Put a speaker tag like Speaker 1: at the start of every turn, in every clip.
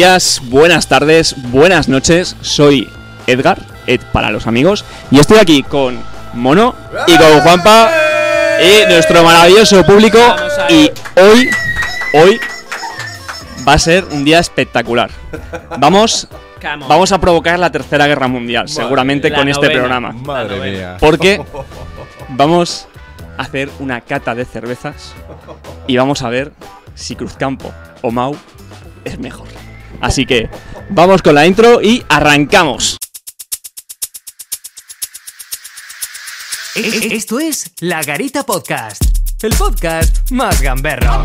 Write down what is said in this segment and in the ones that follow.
Speaker 1: días, buenas tardes, buenas noches. Soy Edgar, Ed para los amigos, y estoy aquí con Mono y
Speaker 2: ¡Eh!
Speaker 1: con Juanpa y nuestro maravilloso público. Y hoy, hoy va a ser un día espectacular. Vamos,
Speaker 2: Come on.
Speaker 1: vamos a provocar la tercera guerra mundial, seguramente
Speaker 2: mía.
Speaker 1: con
Speaker 2: La
Speaker 1: este
Speaker 2: novena.
Speaker 1: programa,
Speaker 2: La
Speaker 3: Madre
Speaker 2: novela.
Speaker 3: mía.
Speaker 1: porque vamos a hacer una cata de cervezas y vamos a ver si Cruzcampo o Mau es mejor. Así que vamos con la intro y arrancamos.
Speaker 4: E- Esto es La Garita Podcast, el podcast más gamberro.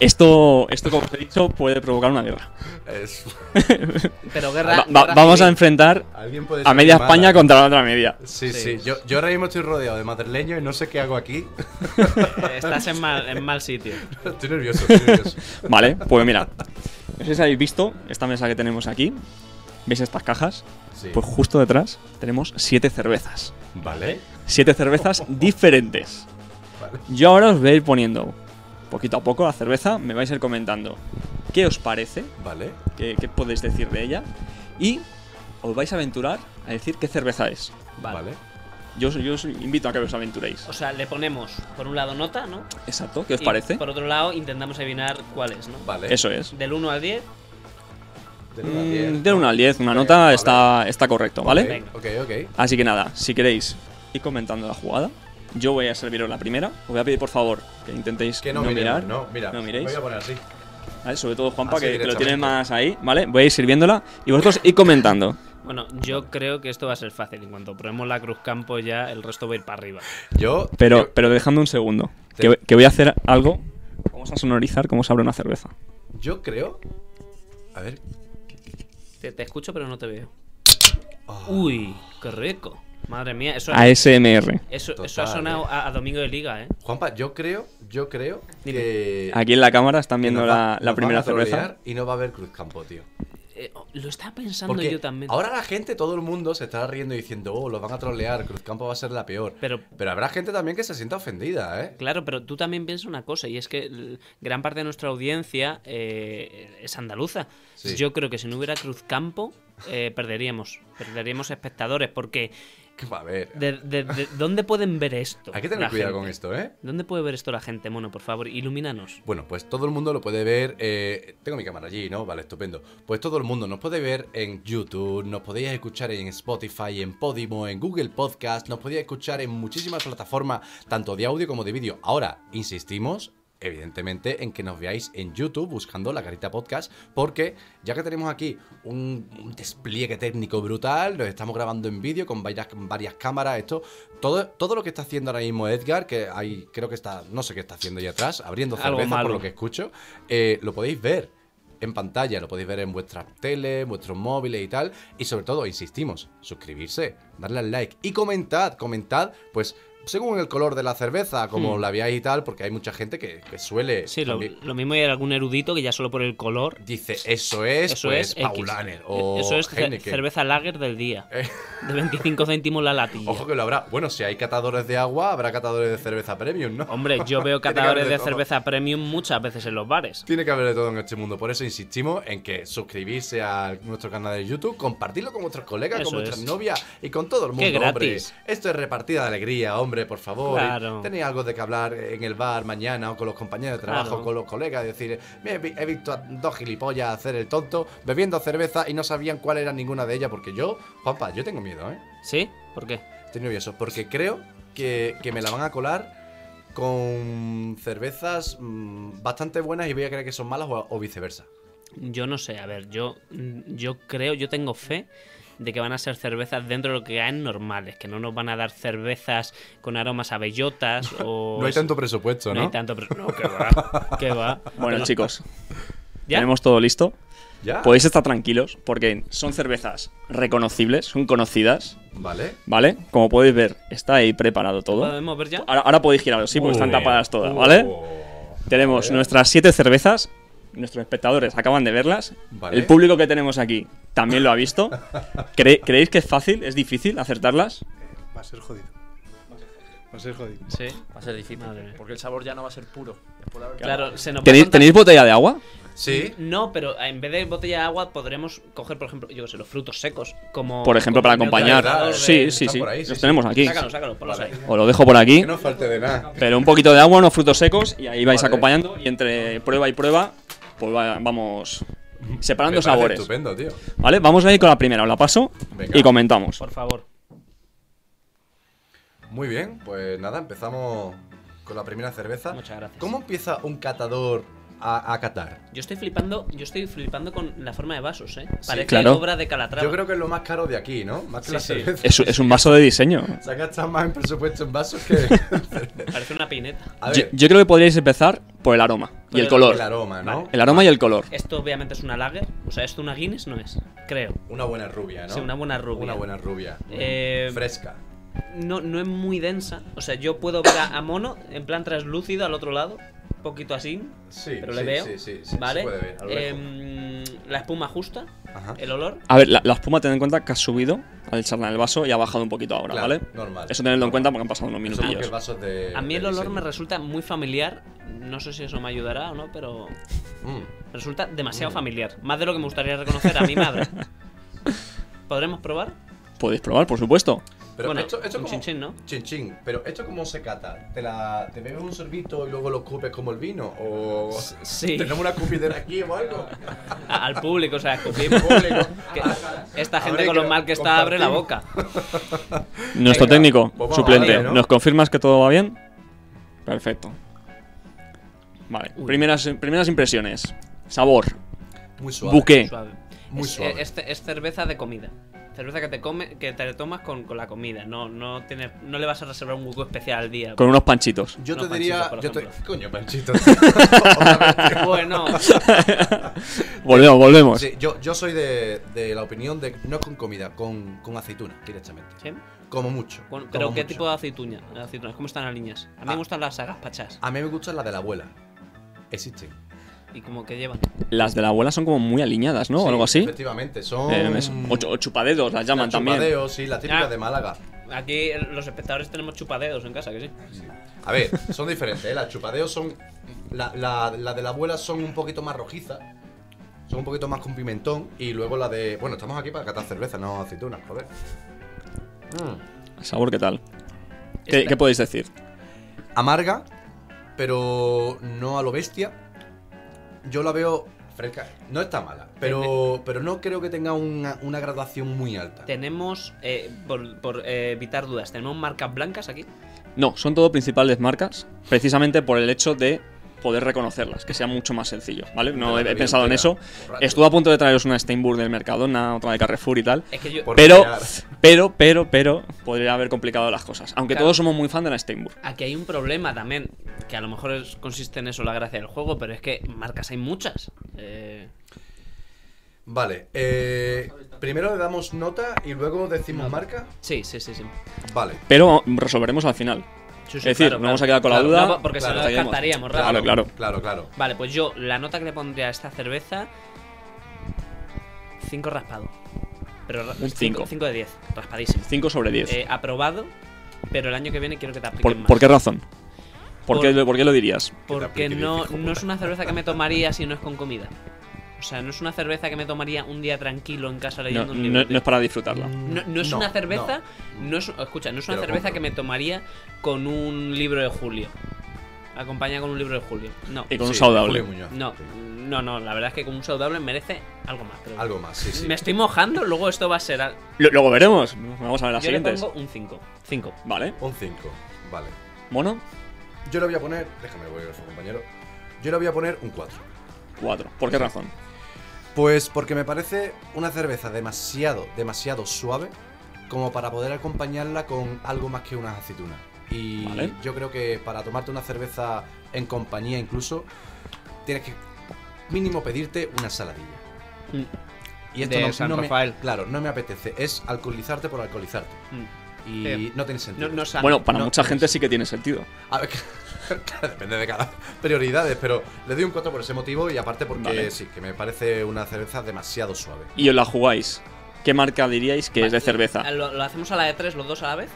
Speaker 1: Esto, esto como os he dicho, puede provocar una guerra.
Speaker 3: Es-
Speaker 2: Pero
Speaker 1: Va-
Speaker 2: guerra.
Speaker 1: va-
Speaker 2: guerra
Speaker 1: vamos a
Speaker 2: civil.
Speaker 1: enfrentar
Speaker 3: Alguien puede
Speaker 1: a
Speaker 3: ser
Speaker 1: media
Speaker 3: mala.
Speaker 1: España contra la otra media.
Speaker 3: Sí, sí.
Speaker 2: Sí.
Speaker 3: Yo, yo ahora mismo estoy rodeado de madrileños y no sé qué hago aquí.
Speaker 2: Eh, Estás en mal, en mal sitio.
Speaker 3: estoy nervioso, estoy nervioso.
Speaker 1: Vale, pues mira. No sé si habéis visto esta mesa que tenemos aquí. ¿Veis estas cajas?
Speaker 3: Sí.
Speaker 1: Pues justo detrás tenemos siete cervezas.
Speaker 3: Vale.
Speaker 1: Siete cervezas diferentes. Yo ahora os voy a ir poniendo poquito a poco la cerveza, me vais a ir comentando qué os parece,
Speaker 3: Vale.
Speaker 1: qué, qué podéis decir de ella y os vais a aventurar a decir qué cerveza es.
Speaker 2: Vale.
Speaker 3: Vale.
Speaker 1: Yo os, yo os invito a que os aventuréis.
Speaker 2: O sea, le ponemos por un lado nota, ¿no?
Speaker 1: Exacto, ¿qué os
Speaker 2: Y
Speaker 1: parece?
Speaker 2: Por otro lado, intentamos adivinar cuál es, ¿no?
Speaker 3: Vale.
Speaker 1: Eso es.
Speaker 2: Del 1 al 10.
Speaker 3: Del uno al diez,
Speaker 1: Mm, De
Speaker 3: ¿no?
Speaker 1: 1 al 10, una
Speaker 3: Venga,
Speaker 1: nota
Speaker 3: vale.
Speaker 1: está, está correcto, ¿vale?
Speaker 2: Venga.
Speaker 3: Ok, ok.
Speaker 1: Así que nada, si queréis ir comentando la jugada, yo voy a serviros la primera. Os voy a pedir por favor que intentéis
Speaker 3: Que no,
Speaker 1: mirar,
Speaker 3: miremos, No, mira.
Speaker 1: no miréis.
Speaker 3: Voy a poner así.
Speaker 1: ¿vale? Sobre todo Juanpa,
Speaker 3: Así
Speaker 1: que, que lo
Speaker 3: directamente.
Speaker 1: tiene más ahí, ¿vale? Voy a ir sirviéndola y vosotros ir comentando.
Speaker 2: Bueno, yo creo que esto va a ser fácil. En cuanto probemos la Cruz Campo, ya el resto va a ir para arriba.
Speaker 3: Yo.
Speaker 1: Pero,
Speaker 3: yo-
Speaker 1: pero dejadme un segundo,
Speaker 3: Sí.
Speaker 1: que, que voy a hacer algo. Vamos a sonorizar cómo se abre una cerveza.
Speaker 3: yo creo. A ver.
Speaker 2: Te, te escucho, pero no te veo.
Speaker 3: ah,
Speaker 1: Uh.
Speaker 2: Uy, qué rico. Madre mía, eso,
Speaker 1: ASMR.
Speaker 2: eso, eso
Speaker 3: Total,
Speaker 2: ha sonado a, a Domingo de Liga, ¿eh?
Speaker 3: Juanpa, yo creo. Yo creo.
Speaker 2: Dime.
Speaker 3: Que.
Speaker 1: Aquí en la cámara están
Speaker 3: que
Speaker 1: viendo
Speaker 3: nos va-
Speaker 1: la, la
Speaker 3: nos
Speaker 1: primera
Speaker 3: van a trolear
Speaker 1: cerveza.
Speaker 3: Y no va a haber Cruzcampo, tío.
Speaker 2: Eh, oh, lo estaba pensando
Speaker 3: Porque
Speaker 2: yo también.
Speaker 3: ahora la gente, todo el mundo se está riendo y diciendo, oh, los van a trolear, Cruzcampo va a ser la peor.
Speaker 2: Pero-
Speaker 3: habrá gente también que se sienta ofendida, ¿eh?
Speaker 2: Claro, pero tú también piensas una cosa, y es que l- gran parte de nuestra audiencia eh, es andaluza.
Speaker 3: Sí.
Speaker 2: Yo creo que si no hubiera Cruzcampo, eh, perderíamos. Perderíamos espectadores, porque
Speaker 3: Que va A ver,
Speaker 2: de, de- de- ¿dónde pueden ver esto?
Speaker 3: hay que tener
Speaker 2: la
Speaker 3: cuidado
Speaker 2: gente?
Speaker 3: con esto, ¿eh?
Speaker 2: ¿Dónde puede ver esto la gente, mono? Por favor, ilumínanos.
Speaker 3: Bueno, pues todo el mundo lo puede ver. eh, tengo mi cámara allí, ¿no? Vale, estupendo. Pues todo el mundo nos puede ver en YouTube, nos podéis escuchar en Spotify, en Podimo, en Google Podcast, nos podéis escuchar en muchísimas plataformas, tanto de audio como de vídeo. Ahora, insistimos. Evidentemente en que nos veáis en YouTube buscando la carita podcast, porque ya que tenemos aquí un, un despliegue técnico brutal, lo estamos grabando en vídeo con varias, varias cámaras, esto, todo, todo lo que está haciendo ahora mismo Edgar, que hay, creo que está, no sé qué está haciendo ahí atrás, abriendo
Speaker 2: Algo
Speaker 3: cerveza
Speaker 2: malo.
Speaker 3: por lo que escucho, eh, lo podéis ver en pantalla, lo podéis ver en vuestras teles, en vuestros móviles y tal. Y sobre todo, insistimos, suscribirse, darle al like y comentad, comentad, pues según el color de la cerveza, como la veáis y tal, porque hay mucha gente que, que suele...
Speaker 2: Hmm. Sí, lo,
Speaker 3: también-
Speaker 2: lo mismo hay algún erudito que ya solo por el color.
Speaker 3: Dice, eso es,
Speaker 2: Eso
Speaker 3: pues,
Speaker 2: es X. E,
Speaker 3: Paulaner o
Speaker 2: Eso es ce-
Speaker 3: Heineken".
Speaker 2: cerveza lager del día.
Speaker 3: Eh.
Speaker 2: De 25 céntimos la latilla.
Speaker 3: Ojo que lo habrá. Bueno, si hay catadores de agua, habrá catadores de cerveza premium, ¿no?
Speaker 2: Hombre, yo veo
Speaker 3: Tiene que haber
Speaker 2: catadores de
Speaker 3: todo.
Speaker 2: cerveza premium muchas veces en los bares.
Speaker 3: Tiene que haber de todo en este mundo, por eso insistimos en que suscribirse a nuestro canal de YouTube, compartirlo con vuestros colegas,
Speaker 2: Eso
Speaker 3: con vuestras
Speaker 2: es.
Speaker 3: novias y con todo el mundo.
Speaker 2: ¡Qué gratis!
Speaker 3: Hombre. Esto es repartida de alegría, hombre, por favor.
Speaker 2: Claro.
Speaker 3: Tenéis algo de que hablar en el bar mañana o con los compañeros de trabajo,
Speaker 2: Claro.
Speaker 3: con los colegas, decir, "Me he vi- he visto a dos gilipollas hacer el tonto bebiendo cerveza y no sabían cuál era ninguna de ellas, porque yo, Juanpa, yo tengo miedo, ¿eh?
Speaker 2: ¿Sí? ¿Por qué?
Speaker 3: Estoy nervioso porque creo que, que me la van a colar con cervezas mm, bastante buenas y voy a creer que son malas o, o viceversa.
Speaker 1: Pues
Speaker 2: Yo no sé, a ver, yo, yo creo, yo tengo fe de que van a ser cervezas dentro de lo que caen normales, que no nos van a dar cervezas con aromas a bellotas o...
Speaker 3: no hay tanto presupuesto,
Speaker 2: No
Speaker 3: ¿no?
Speaker 2: hay tanto, pero... No, qué va, qué va.
Speaker 1: Bueno,
Speaker 2: Pero-
Speaker 1: chicos,
Speaker 2: ¿Ya?
Speaker 1: tenemos todo listo.
Speaker 3: ¿Ya?
Speaker 1: Podéis estar tranquilos porque son cervezas reconocibles, son conocidas,
Speaker 3: Vale.
Speaker 1: ¿vale? Como podéis ver, está ahí preparado todo.
Speaker 2: ¿Podemos ver ya?
Speaker 5: ah,
Speaker 1: Ahora, ahora podéis giraros, sí, porque
Speaker 3: Uh,
Speaker 1: están tapadas todas,
Speaker 3: uh,
Speaker 1: ¿vale? Tenemos nuestras siete cervezas. nuestros espectadores acaban de verlas.
Speaker 3: Vale.
Speaker 1: El público que tenemos aquí también lo ha visto. ¿Cre- ¿Creéis que es fácil? ¿Es difícil acertarlas?
Speaker 6: Va a ser jodido. Va a ser jodido.
Speaker 5: Sí, va a ser difícil.
Speaker 2: Madre mía.
Speaker 5: Porque el sabor ya no va a ser puro. Después de haber-
Speaker 2: Claro, se nos va a
Speaker 1: ¿Tenéis,
Speaker 2: contar-
Speaker 1: ¿Tenéis botella de agua?
Speaker 3: Sí.
Speaker 2: No, pero en vez de botella de agua podremos coger, por ejemplo, yo que sé, los frutos secos. como
Speaker 1: Por ejemplo,
Speaker 2: como
Speaker 1: para
Speaker 2: de otro
Speaker 1: acompañar.
Speaker 2: lado,
Speaker 3: verdad,
Speaker 1: Sí,
Speaker 3: eh,
Speaker 1: sí,
Speaker 3: están
Speaker 1: sí.
Speaker 3: por ahí, sí,
Speaker 1: Los
Speaker 3: sí.
Speaker 1: tenemos aquí.
Speaker 2: Sácalo, sácalo, ponlos ahí.
Speaker 1: Os lo dejo por aquí.
Speaker 3: Que no falte de nada.
Speaker 1: Pero un poquito de agua, unos frutos secos y ahí vais
Speaker 3: Vale.
Speaker 1: acompañando. Y entre prueba y prueba, pues va- vamos
Speaker 3: Me
Speaker 1: separando
Speaker 3: parece
Speaker 1: sabores.
Speaker 3: Estupendo, tío.
Speaker 1: ¿Vale? Vamos a ir con la primera, os la paso
Speaker 3: Venga.
Speaker 1: y comentamos.
Speaker 2: Por favor.
Speaker 3: Muy bien, pues nada, empezamos con la primera cerveza.
Speaker 2: Muchas gracias.
Speaker 3: ¿Cómo empieza un catador a, a catar?
Speaker 2: Yo estoy flipando, yo estoy flipando con la forma de vasos, eh. Parece
Speaker 1: claro.
Speaker 2: obra de Calatrava.
Speaker 3: Yo creo que es lo más caro de aquí, ¿no? Más que
Speaker 2: Sí,
Speaker 3: la
Speaker 2: sí.
Speaker 3: cerveza.
Speaker 1: Es, es un vaso de diseño.
Speaker 3: Se ha gastado más en presupuesto en vasos que.
Speaker 2: Parece una peineta.
Speaker 3: A
Speaker 1: Yo,
Speaker 3: ver,
Speaker 1: yo creo que podríais empezar por el aroma y el color.
Speaker 3: el aroma, ¿no?
Speaker 1: El aroma y el color.
Speaker 2: Esto obviamente es una lager, o sea, esto una Guinness no es, creo.
Speaker 3: Una buena rubia, ¿no?
Speaker 2: Sí, una buena rubia.
Speaker 3: Una buena rubia.
Speaker 2: Eh,
Speaker 3: Fresca.
Speaker 2: no, no es muy densa, o sea, yo puedo ver a, a Mono en plan translúcido al otro lado, un poquito así,
Speaker 3: Sí,
Speaker 2: pero
Speaker 3: sí,
Speaker 2: le veo,
Speaker 3: sí, sí, sí,
Speaker 2: ¿vale?
Speaker 3: se puede ver, a lo lejos.
Speaker 2: Em, la espuma justa,
Speaker 3: Ajá.
Speaker 2: el olor,
Speaker 1: A ver, la, la espuma, tened en cuenta que ha subido al echarla en el vaso y ha bajado un poquito ahora,
Speaker 3: Claro,
Speaker 1: ¿vale?
Speaker 3: normal.
Speaker 1: Eso tenedlo en
Speaker 3: Normal.
Speaker 1: cuenta porque han pasado unos
Speaker 3: Eso porque el
Speaker 1: minutillos.
Speaker 3: vaso es de.
Speaker 2: a mí el
Speaker 3: de
Speaker 2: olor
Speaker 3: diseño.
Speaker 2: me resulta muy familiar, no sé si eso me ayudará o no, pero
Speaker 3: Mm.
Speaker 2: resulta demasiado familiar, más de lo que me gustaría reconocer a mi madre. ¿Podremos probar?
Speaker 1: Podéis probar, por supuesto.
Speaker 3: Pero
Speaker 2: Bueno,
Speaker 3: esto, esto
Speaker 2: un
Speaker 3: como...
Speaker 2: chinchín, ¿no?
Speaker 3: Chinchín, pero ¿esto cómo se cata? ¿Te, la, ¿Te bebes un sorbito y luego lo cupes como el vino? ¿O
Speaker 2: Sí,
Speaker 3: tenemos una cupidera aquí o algo?
Speaker 2: a- al público, o sea, escupimos.
Speaker 3: Público.
Speaker 2: Que esta gente
Speaker 3: Abre
Speaker 2: con
Speaker 3: Ah, que
Speaker 2: lo mal que está abre la boca.
Speaker 1: Nuestro
Speaker 3: Venga,
Speaker 1: técnico,
Speaker 3: pues vamos
Speaker 1: suplente,
Speaker 3: a darle, ¿no?
Speaker 1: ¿nos confirmas que todo va bien? Perfecto. Vale, primeras, primeras impresiones. Sabor,
Speaker 3: Muy suave.
Speaker 1: buque,
Speaker 2: Suave.
Speaker 3: Muy
Speaker 2: es, eh,
Speaker 3: suave.
Speaker 2: es- es cerveza de comida. Cerveza que te come, que te tomas con, con la comida. No, no tienes, no le vas a reservar un hueco especial al día.
Speaker 1: con unos panchitos.
Speaker 3: Yo te
Speaker 2: Unos
Speaker 3: diría...
Speaker 2: panchitos,
Speaker 3: Yo
Speaker 2: por
Speaker 3: te...
Speaker 2: ejemplo.
Speaker 3: Coño, Panchito. Otra vez.
Speaker 2: Bueno,
Speaker 1: Volvemos, volvemos.
Speaker 3: Sí, yo, yo soy de, de la opinión de no con comida, con, con aceituna directamente.
Speaker 2: ¿sí?
Speaker 3: Como mucho.
Speaker 2: Con-
Speaker 3: como
Speaker 2: pero ¿qué
Speaker 3: mucho.
Speaker 2: tipo de aceituña, aceitunas? ¿Cómo están las líneas? A mí me
Speaker 3: Ah.
Speaker 2: gustan las agaspachas.
Speaker 3: A mí me gustan las de la abuela. Existen.
Speaker 2: Y como que llevan.
Speaker 1: Las de la abuela son como muy alineadas, ¿no?
Speaker 3: Sí,
Speaker 1: o algo así.
Speaker 3: Efectivamente, son.
Speaker 1: Eh, es- o, chu- o chupadedos las llaman
Speaker 3: Las
Speaker 1: también.
Speaker 3: chupadeos, sí, la típica
Speaker 2: Ah.
Speaker 3: de Málaga.
Speaker 2: Aquí el- los espectadores tenemos chupadedos en casa, que sí.
Speaker 3: A ver, son diferentes, ¿eh? Las chupadeos son. La, la- la de la abuela son un poquito más rojizas. Son un poquito más con pimentón. Y luego la de. Bueno, estamos aquí para catar cerveza, no aceitunas, joder. Mm.
Speaker 1: Sabor, ¿qué tal? ¿Qué,
Speaker 2: Esta-
Speaker 1: qué podéis decir?
Speaker 3: Amarga, pero no a lo bestia. Yo la veo fresca. No está mala, pero, pero no creo que tenga una, una graduación muy alta.
Speaker 2: Tenemos, eh, por, por, eh, evitar dudas, tenemos marcas blancas aquí.
Speaker 1: No, son todo principales marcas, precisamente por el hecho de poder reconocerlas, que sea mucho más sencillo, ¿vale? No
Speaker 3: Te
Speaker 1: he,
Speaker 3: la
Speaker 1: he
Speaker 3: vi
Speaker 1: pensado en
Speaker 3: entera,
Speaker 1: eso.
Speaker 3: borracho.
Speaker 1: Estuve a punto de traeros una Steinburg del Mercadona, otra de Carrefour y tal.
Speaker 2: Es que yo,
Speaker 3: Por
Speaker 1: Pero,
Speaker 3: variar.
Speaker 1: pero, pero, pero, podría haber complicado las cosas. Aunque
Speaker 2: Claro.
Speaker 1: todos somos muy fan de la Steinburg.
Speaker 2: Aquí hay un problema también, que a lo mejor es- consiste en eso la gracia del juego, pero es que marcas hay muchas. Eh,
Speaker 3: Vale, eh, primero le damos nota y luego decimos marca.
Speaker 2: sí, sí, sí, sí.
Speaker 3: Vale.
Speaker 1: Pero resolveremos al final.
Speaker 2: Sí, sí,
Speaker 1: Es decir,
Speaker 2: claro,
Speaker 1: no vamos a quedar
Speaker 2: claro,
Speaker 1: con la
Speaker 2: claro,
Speaker 1: duda.
Speaker 2: no, porque si no
Speaker 1: Claro.
Speaker 2: descartaríamos,
Speaker 1: Claro,
Speaker 2: rápido.
Speaker 1: claro.
Speaker 3: Claro, claro.
Speaker 2: Vale, pues yo la nota que le pondría a esta cerveza... 5 raspado. Pero ra-
Speaker 1: Un cinco.
Speaker 2: 5 de 10, raspadísimo.
Speaker 1: 5 sobre 10.
Speaker 2: Eh, aprobado, pero el año que viene quiero que te apliquen
Speaker 1: ¿Por,
Speaker 2: más.
Speaker 1: por qué razón? ¿Por,
Speaker 2: Por-
Speaker 1: Qué, por qué lo dirías?
Speaker 2: Porque
Speaker 3: aplique,
Speaker 2: no,
Speaker 3: hijo
Speaker 2: no es una cerveza que me tomaría si no es con comida. O sea, no es una cerveza que me tomaría un día tranquilo en casa
Speaker 1: No,
Speaker 2: leyendo un libro.
Speaker 1: no- no es para disfrutarla.
Speaker 2: No, no es
Speaker 3: No,
Speaker 2: una cerveza, no,
Speaker 3: no.
Speaker 2: es, escucha, no es
Speaker 3: Te
Speaker 2: una
Speaker 3: lo
Speaker 2: cerveza
Speaker 3: compro.
Speaker 2: que me tomaría con un libro de Julio. Acompaña con un libro de Julio. No.
Speaker 1: Y con un
Speaker 3: Eh, Sí,
Speaker 1: saudable.
Speaker 3: Julio Muñoz.
Speaker 2: No, no, no, la verdad es que con un saludable merece algo más. creo.
Speaker 3: Algo más, sí, sí.
Speaker 2: Me estoy mojando, luego esto va a ser al-
Speaker 1: Lo- Luego veremos. Vamos a ver las
Speaker 2: Yo le
Speaker 1: siguientes.
Speaker 2: pongo un 5. 5.
Speaker 1: Vale.
Speaker 3: Un 5. Vale.
Speaker 1: Mono,
Speaker 3: Yo le voy a poner. Déjame el bolígrafo, compañero. Yo le voy a poner un 4.
Speaker 1: 4. ¿Por qué razón?
Speaker 3: Pues porque me parece una cerveza demasiado, demasiado suave como para poder acompañarla con algo más que unas aceitunas. Y
Speaker 1: Vale.
Speaker 3: yo creo que para tomarte una cerveza en compañía incluso, tienes que mínimo pedirte una saladilla. Y esto
Speaker 2: Mm. De
Speaker 3: no,
Speaker 2: San
Speaker 3: no me-
Speaker 2: Rafael.
Speaker 3: claro, no me apetece. Es alcoholizarte por alcoholizarte. Y
Speaker 2: Eh,
Speaker 3: no tiene sentido.
Speaker 2: No, no es sano.
Speaker 1: Bueno, para
Speaker 3: no,
Speaker 1: mucha
Speaker 3: no
Speaker 1: gente
Speaker 3: es.
Speaker 1: sí que tiene sentido.
Speaker 3: A ver, Depende de cada prioridades, pero le doy un 4 por ese motivo y aparte porque sí, que me parece una cerveza demasiado suave.
Speaker 1: Y os la jugáis. ¿Qué marca diríais que es de cerveza?
Speaker 2: eh,
Speaker 7: ¿Lo, lo hacemos a la de tres, los dos a la vez?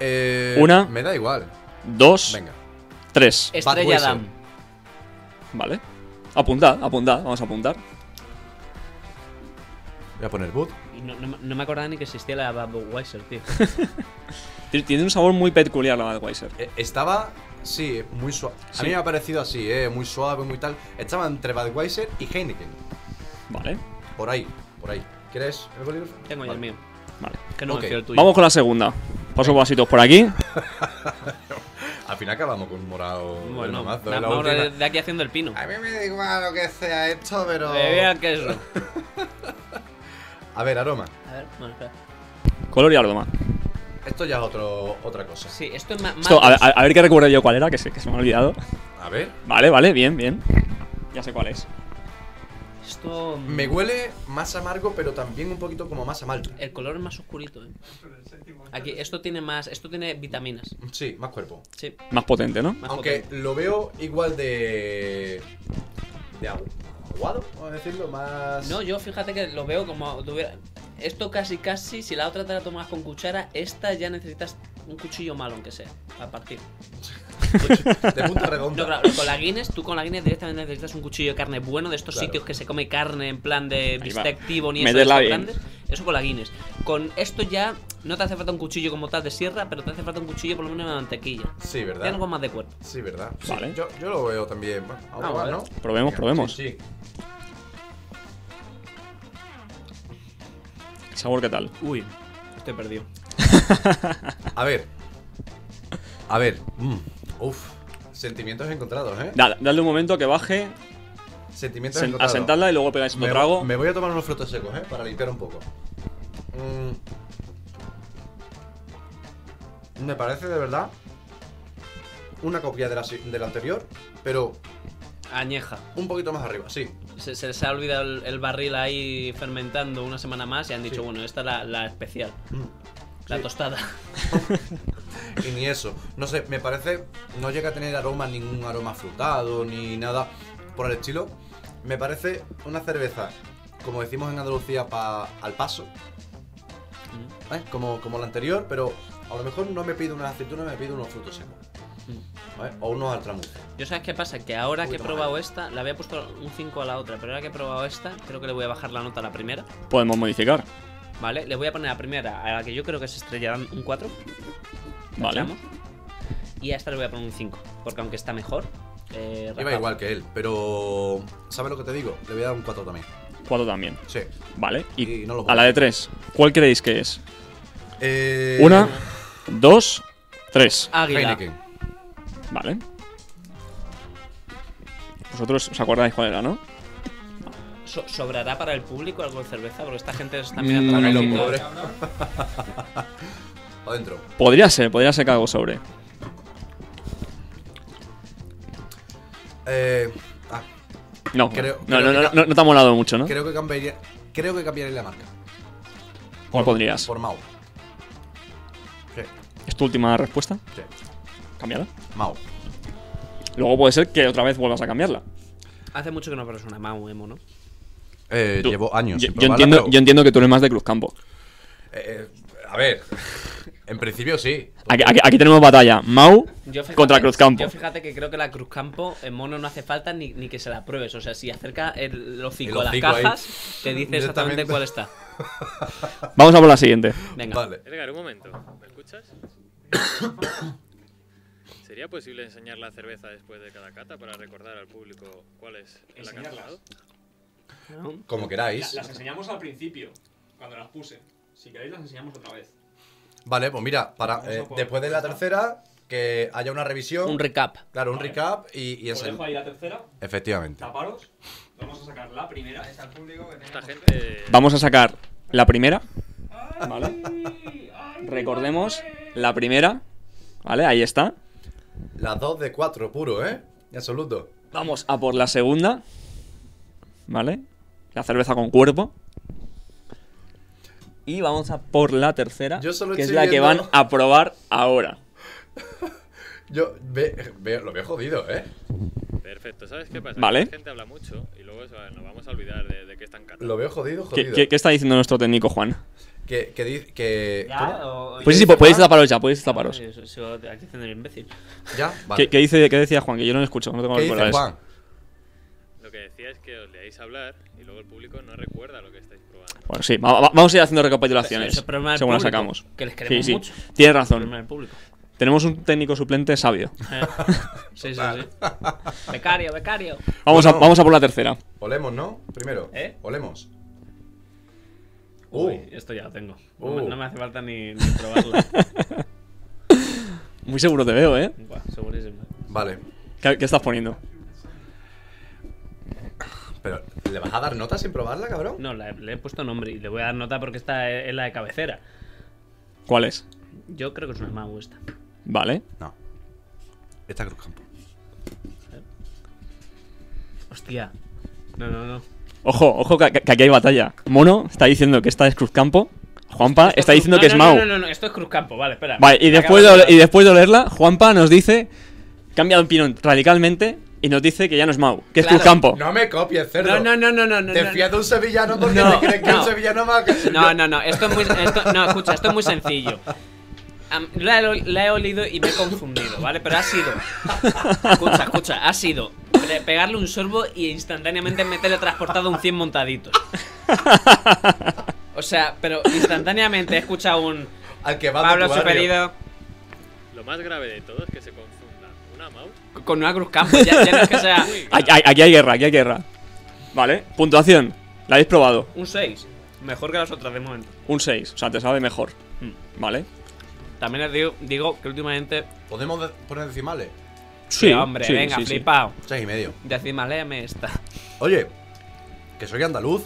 Speaker 3: Eh,
Speaker 1: Una.
Speaker 3: Me da igual.
Speaker 1: Dos,
Speaker 3: Venga.
Speaker 1: tres.
Speaker 2: Eh.
Speaker 7: Estrella
Speaker 3: Wilson.
Speaker 7: Damm.
Speaker 1: Vale. Apuntad, apuntad, vamos a apuntar.
Speaker 3: Voy a poner boot.
Speaker 2: Y no, no me- no me acordaba ni que existía la Budweiser, tío.
Speaker 1: Ti- Tiene un sabor muy peculiar la Budweiser.
Speaker 3: Eh, estaba, sí, muy suave. A
Speaker 1: Sí.
Speaker 3: mí me ha parecido así, eh, muy suave, muy tal. Estaba entre Budweiser y Heineken.
Speaker 1: Vale,
Speaker 3: Por ahí, por ahí. ¿Quieres el bolígrafo?
Speaker 2: Tengo ya el
Speaker 3: Vale.
Speaker 2: mío.
Speaker 1: vale.
Speaker 2: Que no
Speaker 3: Ok,
Speaker 2: me fío el tuyo.
Speaker 1: Vamos con la segunda. Paso vasitos por aquí.
Speaker 3: Al final acabamos con un morado.
Speaker 2: Bueno,
Speaker 3: del mazo,
Speaker 2: na-
Speaker 3: es la
Speaker 2: vamos de,
Speaker 3: última.
Speaker 2: de aquí haciendo el pino.
Speaker 3: A mí me da igual lo que sea esto, pero.
Speaker 2: Me vea el queso.
Speaker 3: A ver, aroma.
Speaker 2: A ver, bueno, espera.
Speaker 1: Color y aroma.
Speaker 3: Esto ya es otro, otra cosa.
Speaker 2: Sí, esto es más.
Speaker 1: Esto, a, a- a ver qué recuerdo yo cuál era, que, se, que se me ha olvidado.
Speaker 3: A ver.
Speaker 1: Vale, vale, bien, bien. Ya sé cuál es.
Speaker 2: Esto. mm,
Speaker 3: Me huele más amargo, pero también un poquito como más a malta.
Speaker 2: El color es más oscurito, eh. Aquí, esto tiene más. Esto tiene vitaminas.
Speaker 3: Sí, más cuerpo.
Speaker 2: Sí,
Speaker 1: Más potente, ¿no?
Speaker 2: más
Speaker 3: Aunque
Speaker 2: potente.
Speaker 3: lo veo igual de. de agu- aguado, vamos a decirlo, más.
Speaker 2: No, yo fíjate que lo veo como tuviera. Esto casi casi, si la otra te la tomas con cuchara, esta ya necesitas un cuchillo malo, aunque sea, para partir.
Speaker 3: De punta redonda.
Speaker 2: No, claro, con la Guinness, tú con la Guinness directamente necesitas un cuchillo de carne bueno de estos
Speaker 3: Claro.
Speaker 2: sitios que se come carne en plan de
Speaker 1: va.
Speaker 2: bistec tibón y eso, de
Speaker 1: Meterla
Speaker 2: estos
Speaker 1: bien.
Speaker 2: grandes. Eso con la Guinness. Con esto ya no te hace falta un cuchillo como tal de sierra, pero te hace falta un cuchillo por lo menos de mantequilla.
Speaker 3: Sí,
Speaker 2: Tiene algo
Speaker 3: ¿verdad?
Speaker 2: más de cuerpo.
Speaker 3: Sí, ¿verdad? Sí,
Speaker 1: Vale.
Speaker 3: Yo, yo lo veo también. Vamos a probar,
Speaker 2: a ver.
Speaker 3: ¿no?
Speaker 1: Probemos,
Speaker 3: Venga,
Speaker 1: probemos.
Speaker 3: Sí, sí.
Speaker 1: ¿El sabor qué tal?
Speaker 2: Uy, estoy perdido.
Speaker 3: A ver. A ver. mm, Uf. Sentimientos encontrados, ¿eh?
Speaker 1: Da- dadle un momento que baje,
Speaker 3: Sentimientos
Speaker 1: sen-
Speaker 3: encontrados.
Speaker 1: asentadla y luego pegáis otro
Speaker 3: me,
Speaker 1: trago.
Speaker 3: me voy a tomar unos frutos secos, ¿eh? Para limpiar un poco. Mm. Me parece de verdad una copia de la, si- de la anterior, pero
Speaker 2: Añeja.
Speaker 3: un poquito más arriba, sí.
Speaker 2: Se, se les ha olvidado el, el barril ahí fermentando una semana más y han dicho,
Speaker 3: Sí.
Speaker 2: bueno, esta es la, la especial,
Speaker 3: Mm.
Speaker 2: la
Speaker 3: Sí.
Speaker 2: tostada.
Speaker 3: Y ni eso. No sé, me parece. No llega a tener aroma, ningún aroma frutado, ni nada por el estilo. Me parece una cerveza, como decimos en Andalucía, pa, al paso. ¿eh? Como, como la anterior, pero a lo mejor no me pido unas aceitunas, me pido unos frutos secos. ¿vale? O unos altramuces.
Speaker 2: Yo sabes qué pasa, que ahora
Speaker 3: Uy,
Speaker 2: que he
Speaker 3: toma.
Speaker 2: probado esta, le había puesto un 5 a la otra, pero ahora que he probado esta, creo que le voy a bajar la nota a la primera,
Speaker 1: Podemos modificar.
Speaker 2: ¿vale? Le voy a poner a la primera, a la que yo creo que se estrellarán un 4,
Speaker 1: Vale.
Speaker 2: tachamos, y a esta le voy a poner un 5, porque aunque está mejor... Eh,
Speaker 3: Iba
Speaker 2: rapaz,
Speaker 3: igual que él, pero. ¿Sabes lo que te digo? Le voy a dar un 4 también.
Speaker 1: Cuatro también.
Speaker 3: Sí.
Speaker 1: Vale. Y,
Speaker 3: Y no lo
Speaker 1: a la de tres. ¿Cuál creéis que es?
Speaker 3: Eh, Ah.
Speaker 1: Una, dos, tres.
Speaker 2: Águila.
Speaker 3: Heineken.
Speaker 1: Vale. Vosotros os acordáis cuál era, ¿no?
Speaker 2: So- ¿Sobrará para el público algo de cerveza? Porque esta gente está
Speaker 1: Mm,
Speaker 2: mirando
Speaker 1: Águila,
Speaker 2: la
Speaker 3: Los
Speaker 2: cocina.
Speaker 3: pobres. Adentro.
Speaker 1: Podría ser, podría ser que algo sobre.
Speaker 3: Eh, ah,
Speaker 1: No,
Speaker 3: Creo-
Speaker 1: no, no,
Speaker 3: creo que
Speaker 1: no,
Speaker 3: ca-
Speaker 1: no, no te ha molado mucho, ¿no?
Speaker 3: creo que cambiaría. Creo que cambiaría la marca.
Speaker 1: ¿Cuál podrías?
Speaker 3: Por Mao. Sí,
Speaker 1: ¿Es tu última respuesta?
Speaker 3: sí.
Speaker 1: Cambiarla.
Speaker 3: Mao.
Speaker 1: Luego puede ser que otra vez vuelvas a cambiarla.
Speaker 2: Hace mucho que no pero una Mau Emo, ¿no?
Speaker 3: Eh,
Speaker 1: Tú-
Speaker 3: llevo años.
Speaker 1: Yo,
Speaker 3: sin
Speaker 1: yo
Speaker 3: probarla,
Speaker 1: entiendo,
Speaker 3: pero-
Speaker 1: yo entiendo que tú eres más de Cruz Campo.
Speaker 3: Eh, eh, a ver. En principio sí.
Speaker 1: Aquí, aquí- aquí tenemos batalla. Mau
Speaker 2: Yo fíjate-
Speaker 1: contra Cruzcampo.
Speaker 2: Yo fíjate que creo que la Cruzcampo en mono no hace falta ni, ni que se la pruebes. O sea, si acerca el
Speaker 3: El
Speaker 2: hocico a las
Speaker 3: hocico ahí.
Speaker 2: cajas, te dice exactamente
Speaker 3: Directamente.
Speaker 2: cuál está.
Speaker 1: Vamos a por la siguiente.
Speaker 2: Venga.
Speaker 3: Vale.
Speaker 8: Edgar, un momento. ¿Me escuchas? ¿Sería posible enseñar la cerveza después de cada cata para recordar al público cuál es la que han tomado?
Speaker 2: ¿No?
Speaker 3: Como queráis.
Speaker 8: enseñamos al principio, cuando las puse. Si queréis las enseñamos otra vez.
Speaker 3: Vale, pues mira, para, eh, después de la tercera, que haya una revisión.
Speaker 2: Un recap.
Speaker 3: claro, un recap y, y
Speaker 8: Os
Speaker 3: eso.
Speaker 1: pues.
Speaker 8: dejo ahí la tercera,
Speaker 3: Efectivamente.
Speaker 8: taparos. Vamos a sacar la primera. Esta gente...
Speaker 1: Vamos a sacar la primera. ¿Vale? Recordemos la primera. ¿Vale? Ahí está.
Speaker 3: Las dos de cuatro, puro, ¿eh? En absoluto.
Speaker 1: Vamos a por la segunda. ¿Vale? La cerveza con cuerpo. Y vamos a por la tercera,
Speaker 3: Yo solo
Speaker 1: que es
Speaker 3: estoy
Speaker 1: la que van
Speaker 3: viendo-
Speaker 1: a probar ahora.
Speaker 3: Yo ve- veo- lo veo jodido, ¿eh?
Speaker 8: Perfecto, ¿sabes qué pasa?
Speaker 1: Vale.
Speaker 8: Que La gente habla mucho y luego se va- nos vamos a olvidar de, de que están catados.
Speaker 3: Lo veo jodido,
Speaker 1: ¿Qué,
Speaker 3: jodido.
Speaker 1: qué- qué está diciendo nuestro técnico, Juan?
Speaker 3: Que, que, di- que- ¿cómo?
Speaker 1: Pues sí, sí, podéis taparos ya, podéis taparos.
Speaker 2: Eh,
Speaker 9: Yo sigo haciendo el imbécil.
Speaker 3: ¿Ya? Eh, Vale.
Speaker 1: ¿Qué, qué dice, ¿Qué decía Juan? Que yo no lo escucho, no tengo
Speaker 3: ¿Qué
Speaker 1: recuerdo
Speaker 3: dice
Speaker 1: eso.
Speaker 3: Juan?
Speaker 8: Lo que decía es que os leáis a hablar y luego el público no recuerda lo que estáis probando.
Speaker 1: Bueno, sí, va- va- vamos a ir haciendo
Speaker 9: Pero
Speaker 1: recapitulaciones
Speaker 9: ese es el problema del
Speaker 1: según las
Speaker 9: público,
Speaker 1: sacamos.
Speaker 9: que les queremos
Speaker 1: sí,
Speaker 9: mucho.
Speaker 1: sí. Tienes
Speaker 9: El problema
Speaker 1: razón.
Speaker 9: del público.
Speaker 1: Tenemos un técnico suplente sabio.
Speaker 9: Eh, sí, sí, sí.
Speaker 2: Becario, becario.
Speaker 1: Vamos, a,
Speaker 3: Bueno.
Speaker 1: vamos a por la tercera.
Speaker 3: Olemos, ¿no? Primero.
Speaker 9: ¿Eh?
Speaker 3: Olemos. Uh,
Speaker 9: Uy, esto ya lo tengo. No, me-
Speaker 3: Uh.
Speaker 9: no me hace falta ni, ni probarlo.
Speaker 1: Muy seguro te veo, ¿eh?
Speaker 9: Buah, segurísimo.
Speaker 3: vale.
Speaker 1: ¿Qué, qué estás poniendo?
Speaker 3: Pero, ¿le vas a dar nota sin probarla, cabrón?
Speaker 9: No, la- le he puesto nombre y le voy a dar nota porque esta es es la de cabecera.
Speaker 1: ¿Cuál es?
Speaker 9: Yo creo que es una mago esta.
Speaker 1: Vale.
Speaker 3: No. Esta Cruz Campo.
Speaker 9: Hostia. No, no, no.
Speaker 1: Ojo, ojo, que, que aquí hay batalla. Mono está diciendo que esta es Cruzcampo. Juanpa
Speaker 9: Esto
Speaker 1: está
Speaker 9: Cruz-
Speaker 1: diciendo
Speaker 9: no,
Speaker 1: que es
Speaker 9: no,
Speaker 1: Mau.
Speaker 9: No, no, no, esto es Cruzcampo, vale, espera.
Speaker 1: Vale, y después, de,
Speaker 9: Acaba
Speaker 1: ole- y después de olerla, Juanpa nos dice. Cambia de opinión radicalmente y nos dice que ya no es Mau, que es
Speaker 2: Claro.
Speaker 1: Cruzcampo.
Speaker 3: No me copies, cerdo.
Speaker 2: Oh. No, no, no, no, no, no.
Speaker 3: Te
Speaker 2: no,
Speaker 3: fías de un sevillano porque
Speaker 2: No,
Speaker 3: te crees que
Speaker 2: no.
Speaker 3: un sevillano va a...
Speaker 2: No, no, no. Esto es muy. esto- no, escucha, esto es muy sencillo. Am- la, he, la he olido y me he confundido, ¿vale? Pero ha sido. Escucha, escucha, ha sido pe- pegarle un sorbo y instantáneamente me he teletransportado un 100 montaditos. O sea, pero instantáneamente he escuchado un.
Speaker 3: Al que va de
Speaker 2: Pablo
Speaker 3: tu barrio.
Speaker 2: superido
Speaker 8: Lo más grave de todo es que se confunda una mouse
Speaker 2: con una cruz campo. Ya, ya no es que sea
Speaker 1: Aquí, hay- aquí hay guerra, aquí hay guerra. Vale, puntuación. La habéis probado.
Speaker 2: un 6. Mejor que las otras de momento.
Speaker 1: Un 6, o sea, te sabe mejor.
Speaker 3: Mm.
Speaker 1: Vale.
Speaker 2: También les digo, digo que últimamente.
Speaker 3: ¿Podemos de- poner decimales?
Speaker 1: Sí,
Speaker 2: hombre,
Speaker 1: sí,
Speaker 2: venga,
Speaker 1: sí, sí.
Speaker 2: flipao.
Speaker 3: Seis y medio.
Speaker 2: Decimaléame esta.
Speaker 3: Oye, que soy andaluz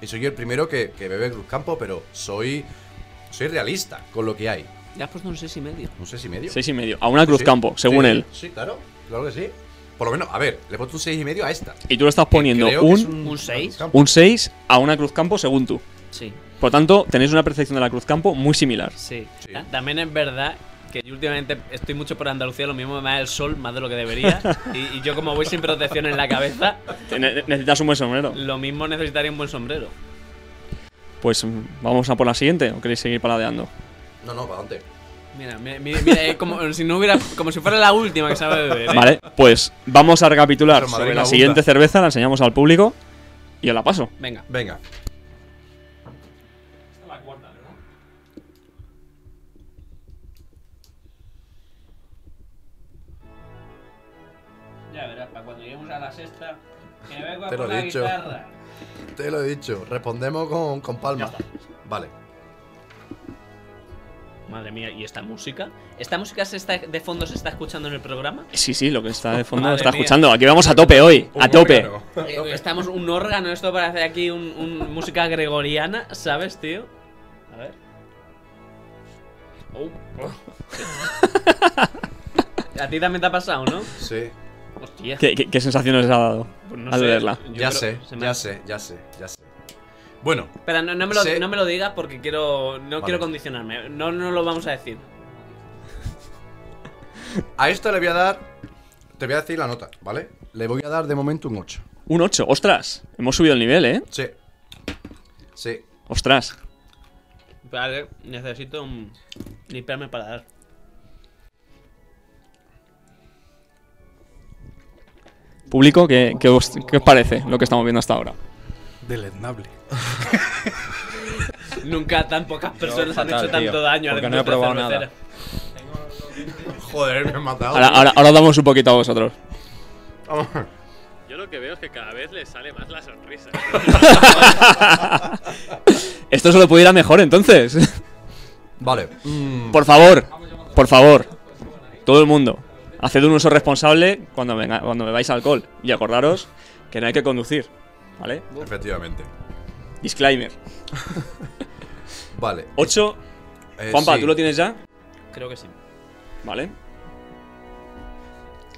Speaker 3: y soy el primero que, que bebe Cruz Campo, pero soy... Soy realista con lo que hay.
Speaker 2: Ya has puesto un 6 y medio.
Speaker 3: No sé si medio.
Speaker 1: Seis y medio. A una
Speaker 3: Sí.
Speaker 1: Cruzcampo, según
Speaker 3: Sí,
Speaker 1: él.
Speaker 3: Sí, claro, claro que sí. Por lo menos, a ver, le he puesto un 6 y medio a esta.
Speaker 1: Y tú le estás poniendo
Speaker 3: Creo que es
Speaker 1: un,
Speaker 2: un seis.
Speaker 3: campo.
Speaker 1: un 6 a una Cruzcampo, según tú.
Speaker 2: Sí,
Speaker 1: Por tanto, tenéis una percepción de la Cruzcampo muy similar.
Speaker 2: sí.
Speaker 3: Sí.
Speaker 2: Ta- También es verdad que yo últimamente estoy mucho por Andalucía, lo mismo me da el sol más de lo que debería. y, y yo, como voy sin protección en la cabeza,
Speaker 1: Te- ne- necesitas un buen sombrero.
Speaker 2: lo mismo necesitaría un buen sombrero.
Speaker 1: Pues mm, vamos a por la siguiente, o queréis seguir paladeando.
Speaker 3: No, no, para adelante.
Speaker 2: Mira, mi- mi- mira, eh, como si no hubiera. Como si fuera la última que sabe beber. ¿eh?
Speaker 1: Vale, pues vamos a recapitular
Speaker 3: Pero Madrid
Speaker 1: sobre
Speaker 3: me
Speaker 1: la
Speaker 3: abunda.
Speaker 1: siguiente cerveza, la enseñamos al público y os la paso.
Speaker 2: Venga.
Speaker 3: Venga.
Speaker 2: Ya verás, para cuando lleguemos a la sexta, que me vengo
Speaker 3: a Te lo por he la dicho. guitarra. Te lo he dicho, respondemos con, con palma. Vale.
Speaker 9: Madre mía, ¿y esta música?
Speaker 2: ¿Esta música se está, de fondo se está escuchando en el programa?
Speaker 1: Sí, sí, lo que está de fondo
Speaker 2: Madre
Speaker 1: está
Speaker 2: mía.
Speaker 1: escuchando. Aquí vamos a tope hoy, a tope.
Speaker 2: Eh, Estamos un órgano, esto para hacer aquí un, un música gregoriana, ¿sabes, tío? A ver. Oh, oh. A ti también te ha pasado, ¿no?
Speaker 3: Sí.
Speaker 2: Hostia.
Speaker 1: ¿Qué, qué- qué sensaciones os ha dado
Speaker 9: Pues no
Speaker 1: al
Speaker 9: sé.
Speaker 1: verla?
Speaker 9: Yo
Speaker 3: Ya
Speaker 9: creo-
Speaker 3: sé,
Speaker 9: se me
Speaker 3: ya
Speaker 9: ha-
Speaker 3: sé, ya sé, ya sé. Bueno,
Speaker 2: Espera, no, no me lo,
Speaker 3: Sí.
Speaker 2: no me lo digas porque quiero. No
Speaker 3: Vale.
Speaker 2: quiero condicionarme. No, no lo vamos a decir.
Speaker 3: a esto le voy a dar. Te voy a decir la nota, ¿vale? Le voy a dar de momento un 8.
Speaker 1: Un 8, ostras, hemos subido el nivel, ¿eh?
Speaker 3: Sí. Sí.
Speaker 1: Ostras.
Speaker 2: Vale, necesito mm, limpiarme para dar.
Speaker 1: Público, ¿qué, qué os, qué os parece lo que estamos viendo hasta ahora?
Speaker 6: Deleznable.
Speaker 2: Nunca tan pocas personas han
Speaker 10: fatal,
Speaker 2: hecho tanto
Speaker 10: tío,
Speaker 2: daño a la
Speaker 10: porque no he
Speaker 2: industria
Speaker 10: probado nada.
Speaker 2: cervecera.
Speaker 3: Joder, me han matado.
Speaker 1: Ahora, ahora, ahora os damos un poquito a vosotros.
Speaker 8: Yo lo que veo es que cada vez le sale más la sonrisa.
Speaker 1: Esto solo pudiera mejor entonces.
Speaker 3: Vale. mm,
Speaker 1: Por favor, por favor, todo el mundo, haced un uso responsable cuando, venga- cuando bebáis alcohol. Y acordaros que no hay que conducir, ¿vale?
Speaker 3: efectivamente.
Speaker 1: Disclaimer.
Speaker 3: Vale.
Speaker 1: 8.
Speaker 3: eh,
Speaker 1: Juanpa,
Speaker 3: sí.
Speaker 1: ¿tú lo tienes ya?
Speaker 2: Creo que sí.
Speaker 1: Vale.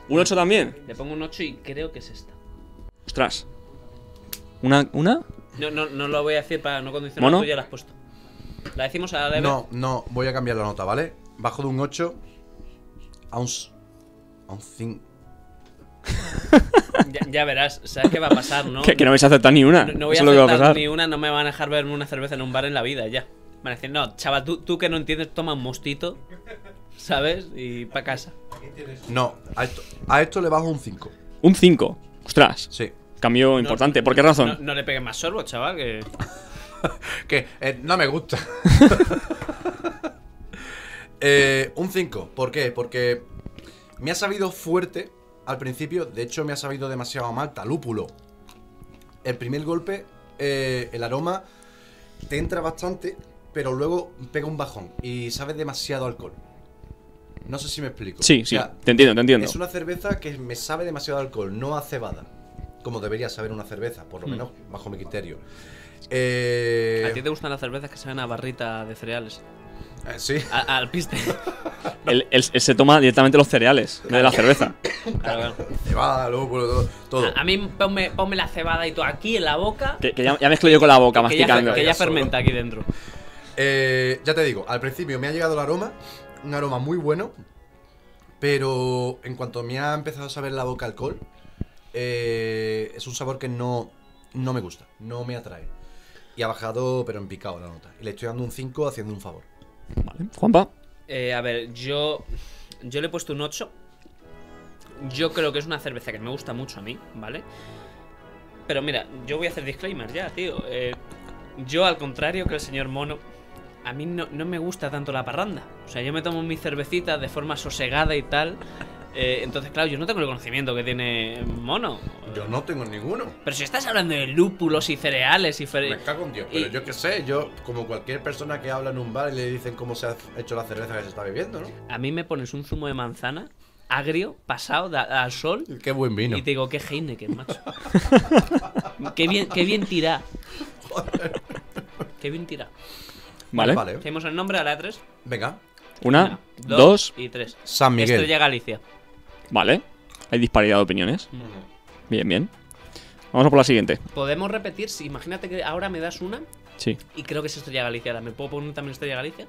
Speaker 1: ¿Un 8 también?
Speaker 2: Le pongo un 8 y creo que es esta.
Speaker 1: Ostras. ¿Una? ¿Una?
Speaker 2: No, no, no lo voy a decir para no condicionar.
Speaker 1: ¿Mono?
Speaker 2: Tú ya la has puesto. La decimos a la vez.
Speaker 3: No, no, voy a cambiar la nota, ¿vale? Bajo de un 8 a un s- I don't think-
Speaker 2: Ya, ya verás, ¿sabes qué va a pasar, no?
Speaker 1: Que, que no vais a aceptar ni una.
Speaker 2: No, no voy
Speaker 1: Eso es
Speaker 2: a
Speaker 1: lo que va a
Speaker 2: aceptar
Speaker 1: pasar.
Speaker 2: ni una, no me van a dejar verme una cerveza en un bar en la vida, ya. Me Van a decir, no, chaval, tú, tú que no entiendes, toma un mostito, ¿sabes? Y pa' casa.
Speaker 3: No, a esto, a esto le bajo un 5.
Speaker 1: Un 5. Ostras.
Speaker 3: Sí.
Speaker 1: Cambio
Speaker 2: No,
Speaker 1: importante. ¿Por qué
Speaker 2: no-
Speaker 1: razón?
Speaker 2: No, no le pegues más sorbo, chaval, que...
Speaker 3: Que eh, no me gusta. Eh, un 5. ¿Por qué? Porque me ha sabido fuerte al principio. De hecho, me ha sabido demasiado mal talúpulo. El primer golpe, eh, el aroma te entra bastante, pero luego pega un bajón y sabes demasiado alcohol. No sé si me explico.
Speaker 1: Sí,
Speaker 3: O
Speaker 1: sí.
Speaker 3: sea,
Speaker 1: Te entiendo, te entiendo.
Speaker 3: Es una cerveza que me sabe demasiado a alcohol, no a cebada. Como debería saber una cerveza, por lo menos bajo mi criterio. Eh,
Speaker 2: Mm. ¿A ti te gustan las cervezas que saben a barrita de cereales?
Speaker 3: eh, sí,
Speaker 2: A- al piste.
Speaker 1: Él, él- él se toma directamente los cereales de la cerveza.
Speaker 2: Claro, claro.
Speaker 3: cebada, lúpulo, todo. todo.
Speaker 2: A, a mí ponme, ponme la cebada y todo aquí en la boca, que,
Speaker 1: Que, que ya, ya mezclo yo con la boca
Speaker 2: ya,
Speaker 1: masticando.
Speaker 2: que ya
Speaker 3: solo.
Speaker 2: fermenta aquí dentro.
Speaker 3: Eh, ya te digo, al principio me ha llegado el aroma, un aroma muy bueno, pero en cuanto me ha empezado a saber la boca alcohol, eh, es un sabor que no, no me gusta, no me atrae. Y ha bajado, pero en picado la nota. Y le estoy dando un 5 haciendo un favor.
Speaker 1: Vale. Juanpa.
Speaker 2: Eh, a ver, yo. Yo le he puesto un 8. Yo creo que es una cerveza que me gusta mucho a mí, ¿vale? Pero mira, yo voy a hacer disclaimer ya, tío. Eh, yo, al contrario que el señor Mono, a mí no, no me gusta tanto la parranda. O sea, yo me tomo mis cervecitas de forma sosegada y tal. Eh, entonces, claro, yo no tengo el conocimiento que tiene Mono.
Speaker 3: Yo no tengo ninguno.
Speaker 2: Pero si estás hablando de lúpulos y cereales y
Speaker 3: Me
Speaker 2: fer-
Speaker 3: cago en Dios, pero
Speaker 2: y-
Speaker 3: yo qué sé, yo, como cualquier persona que habla en un bar y le dicen cómo se ha hecho la cerveza que se está bebiendo, ¿no?
Speaker 2: A mí me pones un zumo de manzana agrio, pasado da- al sol.
Speaker 3: Qué buen vino.
Speaker 2: Y te digo, qué Heineken, macho. qué bien, qué bien tira. qué bien tira.
Speaker 1: Vale.
Speaker 3: Vale.
Speaker 2: Hacemos el nombre a la 3.
Speaker 3: Venga.
Speaker 1: Una, dos,
Speaker 2: y 3.
Speaker 3: San Miguel.
Speaker 2: Estrella Galicia.
Speaker 1: Vale. Hay disparidad de opiniones. Bien, bien. Vamos a por la siguiente.
Speaker 2: Podemos repetir, si imagínate que ahora me das una
Speaker 1: Sí.
Speaker 2: y creo que es Estrella Galicia. ¿Me puedo poner también Estrella Galicia?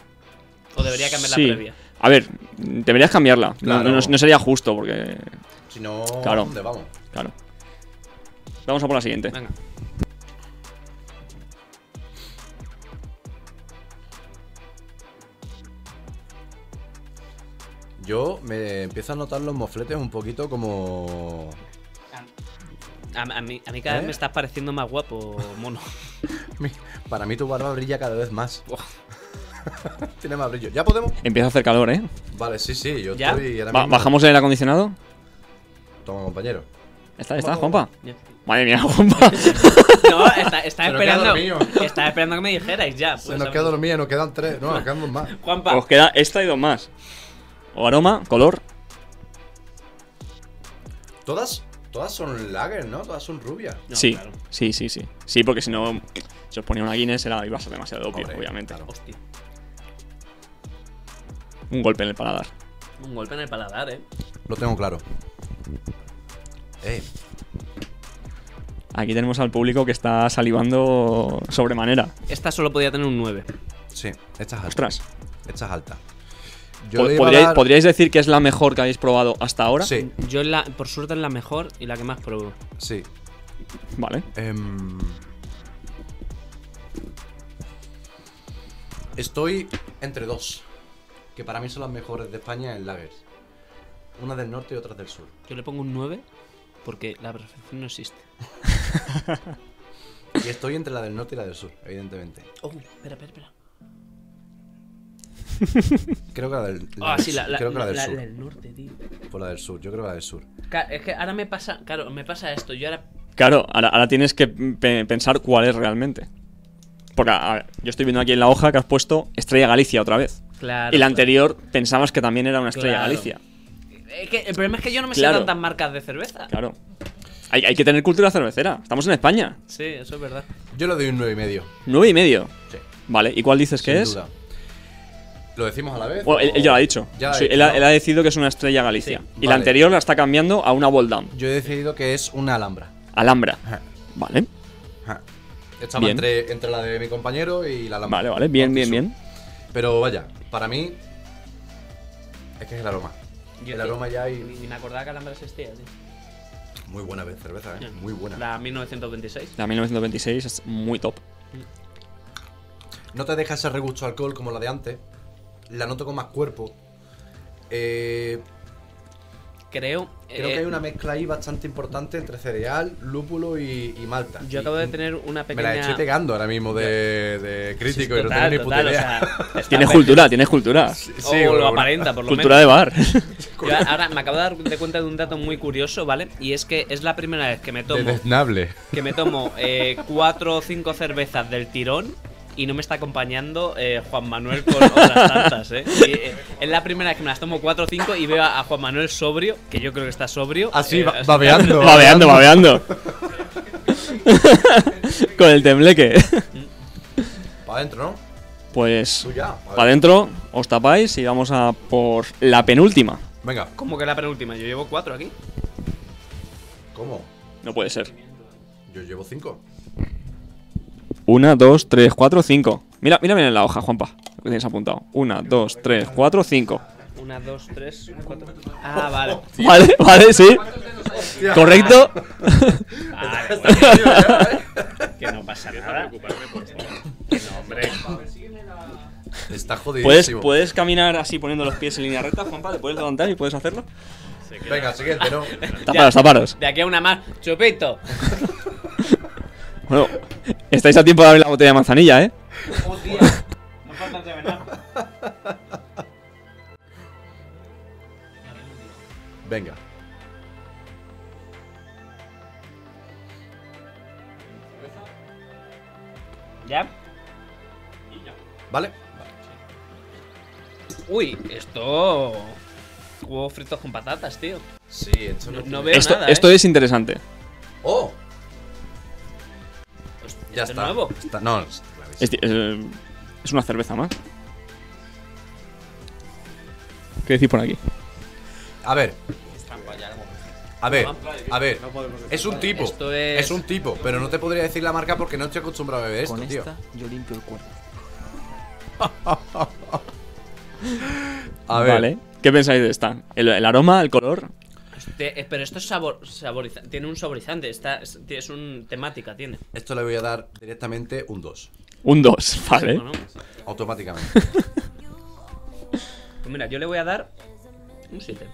Speaker 2: ¿O debería cambiar
Speaker 1: Sí.
Speaker 2: la previa?
Speaker 1: A ver, deberías cambiarla. No-
Speaker 3: Claro.
Speaker 1: No, no sería justo porque.
Speaker 3: Si no,
Speaker 1: Claro.
Speaker 3: ¿dónde vamos?
Speaker 1: Claro. Vamos a por la siguiente.
Speaker 2: Venga.
Speaker 3: Yo me empiezo a notar los mofletes un poquito como.
Speaker 2: A, a mí, a mí cada
Speaker 3: ¿Eh?
Speaker 2: vez me estás pareciendo más guapo, mono.
Speaker 3: Mi- Para mí tu barba brilla cada vez más. Tiene más brillo. ¿Ya podemos?
Speaker 1: Empieza a hacer calor, ¿eh?
Speaker 3: Vale, sí, sí, yo
Speaker 2: ¿Ya?
Speaker 3: estoy. ahora
Speaker 1: Ba-
Speaker 3: mismo-
Speaker 1: ¿Bajamos el aire acondicionado?
Speaker 3: Toma, compañero.
Speaker 2: Pues
Speaker 1: ¿Está, está, Juanpa?
Speaker 2: Ya.
Speaker 1: Madre mía, Juanpa.
Speaker 2: No, está, está
Speaker 3: Se nos queda
Speaker 2: esperando.
Speaker 3: dormido.
Speaker 2: Estaba esperando que me dijerais ya.
Speaker 3: Se
Speaker 2: pues,
Speaker 3: nos
Speaker 2: a-
Speaker 3: queda dormida, nos quedan tres. No, nos quedan dos más.
Speaker 2: Juanpa,
Speaker 1: Os queda esta y dos más. O aroma, color.
Speaker 3: Todas, todas son lager, ¿no? Todas son rubias.
Speaker 2: No,
Speaker 1: sí,
Speaker 2: claro.
Speaker 1: sí, sí, sí. Sí, porque si no, si os ponía una Guinness era iba a ser demasiado obvio,
Speaker 3: Hombre,
Speaker 1: obviamente.
Speaker 3: claro.
Speaker 2: Hostia,
Speaker 1: Un golpe en el paladar.
Speaker 2: un golpe en el paladar, eh.
Speaker 3: Lo tengo claro. Eh,
Speaker 1: Aquí tenemos al público que está salivando sobremanera.
Speaker 2: Esta solo podía tener un 9.
Speaker 3: sí, esta es alta.
Speaker 1: Ostras.
Speaker 3: Esta es alta.
Speaker 1: Po-
Speaker 3: le iba a
Speaker 1: ¿podríais,
Speaker 3: dar-
Speaker 1: podríais decir que es la mejor que habéis probado hasta ahora?
Speaker 3: Sí,
Speaker 2: Yo, es la, por suerte, es la mejor y la que más pruebo.
Speaker 3: sí.
Speaker 1: Vale.
Speaker 3: Em, Estoy entre dos, que para mí son las mejores de España en lagers. Una del norte y otra del sur.
Speaker 2: Yo le pongo un 9 porque la perfección no existe.
Speaker 3: Y estoy entre la del norte y la del sur, evidentemente.
Speaker 2: Oh, espera, espera, espera.
Speaker 3: Creo que la del, la
Speaker 2: Ah,
Speaker 3: del
Speaker 2: sí,
Speaker 3: sur-
Speaker 2: la, la-
Speaker 3: creo que la del
Speaker 2: la-
Speaker 3: sur.
Speaker 2: la del norte, tío.
Speaker 3: Por la del sur, yo creo que la del sur.
Speaker 2: Claro, es que ahora me pasa, claro, me pasa esto. Yo ahora.
Speaker 1: Claro, ahora, ahora tienes que pe- pensar cuál es realmente. Porque, a ver, yo estoy viendo aquí en la hoja que has puesto Estrella Galicia otra vez.
Speaker 2: Claro.
Speaker 1: y la anterior pensabas que también era una Estrella
Speaker 2: Claro.
Speaker 1: Galicia.
Speaker 2: Es que el problema es que yo no me
Speaker 1: Claro.
Speaker 2: sé tantas marcas de cerveza.
Speaker 1: Claro. Hay, hay que tener cultura cervecera. Estamos en España.
Speaker 2: Sí, eso es verdad.
Speaker 3: Yo le doy un 9,5. y medio.
Speaker 1: Nueve y medio.
Speaker 3: Sí.
Speaker 1: Vale, ¿y cuál dices
Speaker 3: sin
Speaker 1: que es?
Speaker 3: duda. ¿Lo decimos a la vez?
Speaker 1: Bueno, él,
Speaker 3: o-
Speaker 1: él ya lo ha dicho.
Speaker 3: Ya lo ha
Speaker 1: Sí,
Speaker 3: dicho,
Speaker 1: él, ha-
Speaker 3: ¿no?
Speaker 1: él ha decidido que es una Estrella Galicia.
Speaker 3: Sí,
Speaker 1: y
Speaker 3: vale.
Speaker 1: la anterior la está cambiando a una Ball Down.
Speaker 3: Yo he decidido que es una alhambra.
Speaker 1: Alhambra.
Speaker 3: Ajá.
Speaker 1: Vale.
Speaker 3: Ja. Estaba
Speaker 1: Bien.
Speaker 3: entre, entre la de mi compañero y la lámpara.
Speaker 1: Vale, vale. Bien,
Speaker 3: Norte y
Speaker 1: bien,
Speaker 3: sur.
Speaker 1: bien.
Speaker 3: Pero vaya, para mí. Es que es el aroma. El aroma ya
Speaker 2: Ni,
Speaker 3: hay.
Speaker 2: ni me acordaba que Alhambra existía, tío.
Speaker 3: Muy buena ve- cerveza, ¿eh? Muy buena.
Speaker 2: La 1926.
Speaker 1: La 1926 es muy top.
Speaker 3: No te deja ese regusto a alcohol como la de antes. La noto con más cuerpo. Eh,
Speaker 2: Creo.
Speaker 3: creo
Speaker 2: eh,
Speaker 3: que hay una mezcla ahí bastante importante entre cereal, lúpulo y, y malta.
Speaker 2: Yo
Speaker 3: Y-
Speaker 2: acabo de tener una
Speaker 3: Me
Speaker 2: pequeña.
Speaker 3: la estoy pegando ahora mismo de, de crítico y no tengo
Speaker 2: Total,
Speaker 3: ni puta
Speaker 2: total, o
Speaker 3: idea.
Speaker 2: sea, está
Speaker 1: Tienes
Speaker 2: perfecto.
Speaker 1: cultura, tienes cultura.
Speaker 3: Sí,
Speaker 2: o lo
Speaker 3: bueno,
Speaker 2: aparenta, por lo
Speaker 1: Cultura
Speaker 2: menos.
Speaker 1: de bar.
Speaker 2: Yo ahora me acabo de dar de cuenta de un dato muy curioso, ¿vale? Y es que es la primera vez que me tomo,
Speaker 3: Deleznable.
Speaker 2: que me tomo eh, cuatro o cinco cervezas del tirón y no me está acompañando eh, Juan Manuel con otras tantas, ¿eh? Y, eh, Es la primera vez que me las tomo cuatro o cinco y veo a a Juan Manuel sobrio, que yo creo que está sobrio.
Speaker 3: Así,
Speaker 2: eh,
Speaker 3: ba-
Speaker 2: así-
Speaker 3: babeando.
Speaker 1: babeando, babeando. Con el tembleque.
Speaker 3: Para adentro, ¿no?
Speaker 1: Pues
Speaker 3: Tú ya.
Speaker 1: para adentro, os tapáis y vamos a por la penúltima.
Speaker 3: Venga.
Speaker 2: Como que la penúltima, yo llevo cuatro aquí.
Speaker 3: ¿Cómo?
Speaker 1: No puede ser.
Speaker 3: Yo llevo cinco.
Speaker 1: Una, dos, tres, cuatro, cinco. Mira, mira bien en la hoja, Juanpa. Lo tienes apuntado. Una, dos, tres, cuatro, cinco.
Speaker 2: Una, dos, tres, cuatro. Ah, vale.
Speaker 1: Vale, vale, sí. Correcto.
Speaker 2: Ah, Vale, bueno,
Speaker 3: ¿eh?
Speaker 2: que no pasa nada.
Speaker 8: Preocuparme por
Speaker 3: Está
Speaker 1: ¿Puedes,
Speaker 3: jodidísimo.
Speaker 1: puedes caminar así poniendo los pies en línea recta, Juanpa. Te puedes levantar y puedes hacerlo.
Speaker 3: Venga, siguiente, ¿no?
Speaker 1: Taparos, taparos.
Speaker 2: De aquí a una más. Chupito.
Speaker 1: Bueno, estáis a tiempo de abrir la botella de manzanilla, ¿eh?
Speaker 2: No falta el
Speaker 3: Venga.
Speaker 2: ¿Ya?
Speaker 3: ¿Vale?
Speaker 2: Uy, esto. Huevos fritos con patatas, tío.
Speaker 3: Sí, esto
Speaker 2: No,
Speaker 3: no.
Speaker 2: no veo
Speaker 1: Esto,
Speaker 2: nada.
Speaker 1: esto
Speaker 2: ¿eh?
Speaker 1: es interesante.
Speaker 3: ¡Oh!
Speaker 2: Hostia,
Speaker 3: Ya
Speaker 2: esto es
Speaker 3: está.
Speaker 2: Pues, nuevo.
Speaker 3: Está- No, es clarísimo.
Speaker 1: Es, es- es una cerveza más. ¿Qué decís por aquí?
Speaker 3: A ver. A ver, a ver. Es un tipo.
Speaker 2: Esto es-
Speaker 3: Es un tipo, pero no te podría decir la marca porque no estoy acostumbrado a beber esto, tío.
Speaker 4: yo limpio el cuerpo.
Speaker 3: A ver.
Speaker 1: Vale. ¿Qué pensáis de esta? ¿El, el aroma, el color?
Speaker 2: Te- eh, pero esto es sabor, saboriza- Tiene un saborizante. Está, es, tie- es un temática, tiene.
Speaker 3: Esto le voy a dar directamente un 2.
Speaker 1: Un 2, vale.
Speaker 2: Bueno, pues
Speaker 3: Automáticamente.
Speaker 2: mira, yo le voy a dar. Un 7.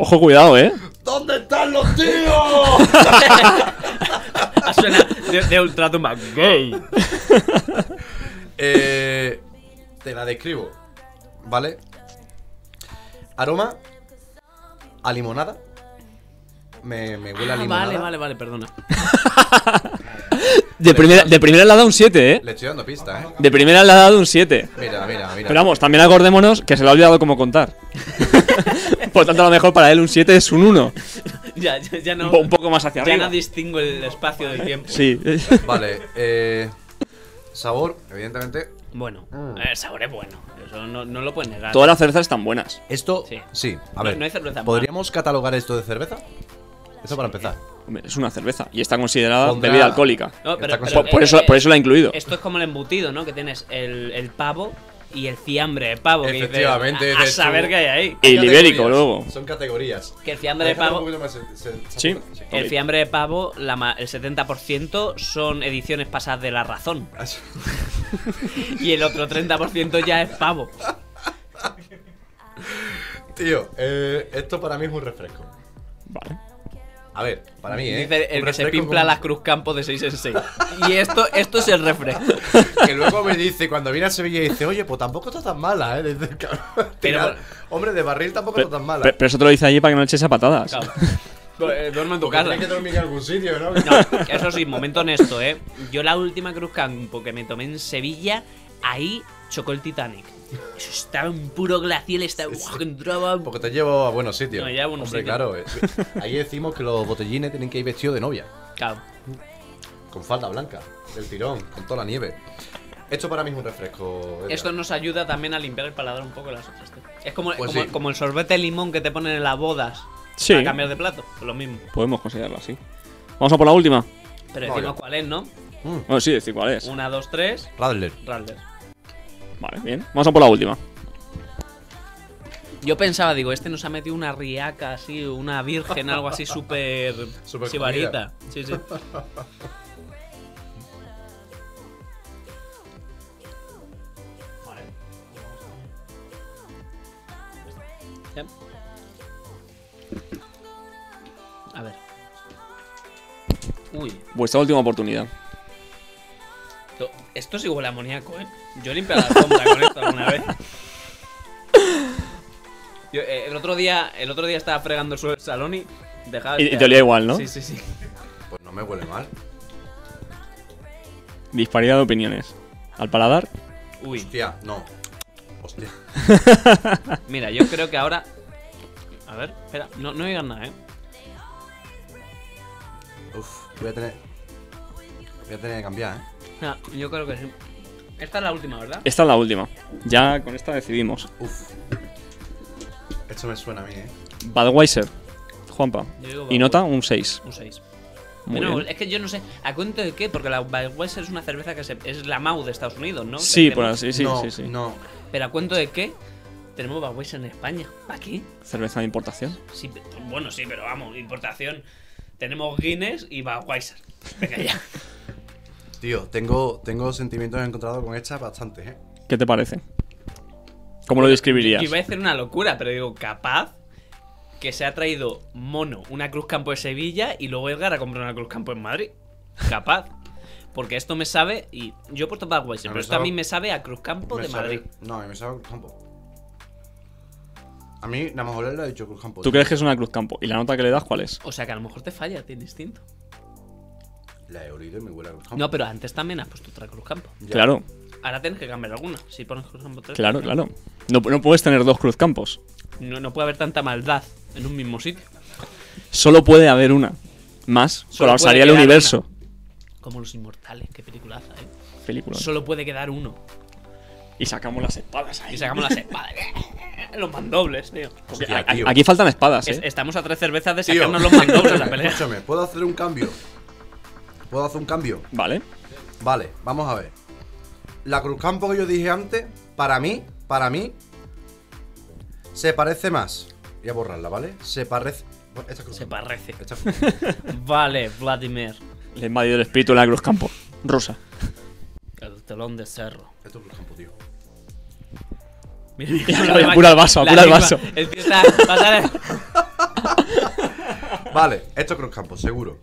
Speaker 1: Ojo, cuidado, ¿eh?
Speaker 3: ¿Dónde están los tíos?
Speaker 2: Ah, Suena de, de ultratumba. Gay.
Speaker 3: Eh, te la describo. ¿Vale? Aroma a limonada. Me, me huele a
Speaker 2: Ah,
Speaker 3: limonada.
Speaker 2: vale, vale, vale, perdona.
Speaker 1: De primera, de primera le ha dado un 7, ¿eh?
Speaker 3: Le estoy dando pistas, ¿eh?
Speaker 1: De primera le ha dado un 7.
Speaker 3: Mira, mira, mira.
Speaker 1: Pero vamos, también acordémonos que se le ha olvidado cómo contar. Por tanto, a lo mejor para él un 7 es un 1.
Speaker 2: Ya, ya, ya no.
Speaker 1: Un poco más hacia
Speaker 2: Ya no
Speaker 1: arriba.
Speaker 2: distingo el espacio del tiempo.
Speaker 1: Sí.
Speaker 3: Vale, eh. Sabor, evidentemente.
Speaker 2: Bueno,
Speaker 3: Ah.
Speaker 2: el sabor es bueno. Eso no, no lo puedes negar.
Speaker 1: Todas las cervezas están buenas.
Speaker 3: Esto.
Speaker 2: Sí.
Speaker 3: Sí, a
Speaker 2: No-
Speaker 3: ver.
Speaker 2: no hay cerveza
Speaker 3: ¿Podríamos catalogar esto de cerveza? Eso para empezar.
Speaker 1: Hombre, Es una cerveza y está considerada
Speaker 3: Pondrá-
Speaker 1: bebida alcohólica.
Speaker 2: No, pero- eh,
Speaker 3: Está con-
Speaker 2: pero,
Speaker 1: Por, por eso, por eso la he incluido.
Speaker 2: Esto es como el embutido, ¿no? Que tienes el, el pavo y el fiambre de pavo. que dices,
Speaker 3: Efectivamente,
Speaker 2: a- a,
Speaker 3: dices tú.
Speaker 2: saber qué hay ahí.
Speaker 1: Y el ibérico,
Speaker 3: Categorías,
Speaker 1: luego.
Speaker 3: Son categorías.
Speaker 2: Que el fiambre de
Speaker 3: Déjalo
Speaker 2: pavo.
Speaker 3: un poquito más, se- se-
Speaker 1: Sí.
Speaker 3: se-
Speaker 1: Ok.
Speaker 2: El fiambre de pavo, la ma- el 70% son ediciones pasadas de la razón. Y el otro 30% ya es pavo.
Speaker 3: Tío, eh, esto para mí es un refresco.
Speaker 1: Vale.
Speaker 3: A ver, para mí, ¿eh?
Speaker 2: Dice el
Speaker 3: Un
Speaker 2: que se
Speaker 3: refresco
Speaker 2: pimpla
Speaker 3: con-
Speaker 2: las Cruz Campos de 6 en 6. Y esto, esto es el refresco.
Speaker 3: Que luego me dice, cuando viene a Sevilla, dice, oye, pues tampoco está tan mala, ¿eh? Dice, "Cabrón, tirar- hombre, de barril tampoco
Speaker 1: Pe-
Speaker 3: está tan mala.
Speaker 1: pe- Pero eso te lo dice allí para que no le eches a patadas.
Speaker 2: Claro. Eh, Duerme en tu
Speaker 3: Porque
Speaker 2: casa.
Speaker 3: tiene que dormir en algún sitio, ¿no?
Speaker 2: No, eso sí, momento honesto, ¿eh? Yo la última Cruz Campo que me tomé en Sevilla, ahí chocó el Titanic. Eso estaba un puro glacial, estaba... ¡guau! que entraba...
Speaker 3: Porque te llevo a buenos sitios.
Speaker 2: No, ya a buenos
Speaker 3: Hombre,
Speaker 2: sitios.
Speaker 3: claro. eh, Ahí decimos que los botellines tienen que ir vestidos de novia.
Speaker 2: Claro.
Speaker 3: pues Con falda blanca, del tirón, con toda la nieve. Esto para mí es un refresco. Edgar.
Speaker 2: Esto nos ayuda también a limpiar el paladar un poco las otras. tío. Es como,
Speaker 3: Pues
Speaker 2: como,
Speaker 3: sí.
Speaker 2: como el sorbete de limón que te ponen en las bodas
Speaker 1: Sí.
Speaker 2: para cambiar de plato. Pues lo mismo.
Speaker 1: Podemos considerarlo así. Vamos a por la última.
Speaker 2: Pero
Speaker 3: No,
Speaker 2: decimos
Speaker 3: ya.
Speaker 2: cuál es, ¿no?
Speaker 3: Mm,
Speaker 1: Bueno, sí, decir cuál es.
Speaker 2: Una, dos, tres...
Speaker 3: Radler.
Speaker 2: Radler.
Speaker 1: Vale, bien. Vamos a por la última.
Speaker 2: Yo pensaba, digo, este nos ha metido una riaca así, una virgen, algo así súper
Speaker 3: Súper
Speaker 2: sibarita. Sí, sí. Ya. A ver. Uy,
Speaker 1: Vuestra última oportunidad.
Speaker 2: to- esto es igual a amoníaco, ¿eh? Yo he limpiado la sombra con esto alguna vez. Yo, eh, el, otro día, el otro día estaba fregando el suelo del salón y dejaba...
Speaker 1: Y, y te olía igual, ¿no?
Speaker 2: Sí, sí, sí.
Speaker 3: Pues no me huele mal.
Speaker 1: Disparidad de opiniones. Al paladar,
Speaker 2: Uy,
Speaker 3: Hostia, no. Hostia.
Speaker 2: mira, yo creo que ahora... A ver, espera, no, no digas nada, ¿eh?
Speaker 3: Uf, voy a tener. Voy a tener que cambiar, ¿eh?
Speaker 2: No, yo creo que sí. Esta es la última, ¿verdad?
Speaker 1: esta es la última. Ya con esta decidimos.
Speaker 3: Uf. Esto me suena a mí, ¿eh?
Speaker 1: Budweiser, Juanpa.
Speaker 2: Yo digo
Speaker 1: Y
Speaker 2: Budweiser.
Speaker 1: nota un 6.
Speaker 2: Un 6.
Speaker 1: Muy
Speaker 2: Bueno,
Speaker 1: bien.
Speaker 2: es que yo no sé, ¿a cuento de qué? Porque la Budweiser es una cerveza que se- es la MAU de Estados Unidos, ¿no?
Speaker 1: Sí,
Speaker 2: Tenemos-
Speaker 1: por así, sí,
Speaker 3: no,
Speaker 1: sí, sí.
Speaker 3: No.
Speaker 2: Pero ¿a cuento de qué? Tenemos Budweiser en España. ¿Para qué?
Speaker 1: Cerveza de importación.
Speaker 2: Sí, pe- bueno, sí, pero vamos, importación. Tenemos Guinness y Budweiser. Venga ya.
Speaker 3: Tío, tengo, tengo sentimientos encontrados con esta bastante, ¿eh?
Speaker 1: ¿Qué te parece? ¿Cómo lo describirías?
Speaker 2: Yo iba a decir una locura, pero digo, capaz que se ha traído Mono una Cruz Campo de Sevilla y luego Edgar ha comprado una Cruz Campo en Madrid. Capaz. Porque esto me sabe, y yo he puesto
Speaker 3: A
Speaker 2: Budweiser,
Speaker 3: mí
Speaker 2: pero esto
Speaker 3: sabe-
Speaker 2: a mí me sabe a Cruz Campo
Speaker 3: Me
Speaker 2: Pues de
Speaker 3: sabe-
Speaker 2: Madrid.
Speaker 3: No, me sabe Cruzcampo. A mí, nada más olerlo ha dicho Cruzcampo.
Speaker 1: ¿Tú
Speaker 3: tío.
Speaker 1: crees que es una Cruz Campo? ¿Y la nota que le das cuál es?
Speaker 2: O sea que a lo mejor te falla, tiene distinto.
Speaker 3: La he olido y me huele a Cruzcampo.
Speaker 2: No, pero antes también has puesto otra Cruz Campo.
Speaker 3: Ya.
Speaker 1: Claro,
Speaker 2: Ahora tienes que cambiar alguna. Si pones Cruz Campo 3.
Speaker 1: claro, claro. No, no puedes tener dos Cruz Campos.
Speaker 2: No, no puede haber tanta maldad en un mismo sitio.
Speaker 1: Solo puede haber una. Más,
Speaker 2: Solo
Speaker 1: colapsaría el
Speaker 2: puede quedar
Speaker 1: universo.
Speaker 2: Como Los Inmortales, qué peliculaza, eh.
Speaker 1: Película.
Speaker 2: Solo puede quedar uno.
Speaker 1: Y sacamos las espadas ahí.
Speaker 2: Y sacamos las espadas. Los mandobles, tío.
Speaker 1: Porque
Speaker 3: Hostia,
Speaker 1: a- a-
Speaker 3: tío.
Speaker 1: Aquí faltan espadas, ¿eh?
Speaker 2: Es- estamos a tres cervezas de
Speaker 3: Tío.
Speaker 2: sacarnos los mandobles a la pelea.
Speaker 3: Escúchame, ¿puedo hacer un cambio? ¿Puedo hacer un cambio?
Speaker 1: Vale.
Speaker 3: Vale, vamos a ver. La Cruzcampo que yo dije antes, para mí, para mí, se parece más. Voy a borrarla, ¿vale? Se parece. Bueno, Esta es
Speaker 2: Se
Speaker 3: Cruzcampo.
Speaker 2: parece.
Speaker 3: Esta es-
Speaker 2: Vale, Vladimir.
Speaker 1: Le he invadido el espíritu de la Cruz Campo. Rosa.
Speaker 2: El telón de cerro.
Speaker 3: Esto es Cruzcampo, tío.
Speaker 2: Mira, mira,
Speaker 1: Claro,
Speaker 2: la-
Speaker 1: apura el vaso,
Speaker 2: la
Speaker 1: apura el
Speaker 2: misma.
Speaker 1: vaso.
Speaker 2: El tío está. pasar-
Speaker 3: Vale, esto es Cruzcampo, seguro.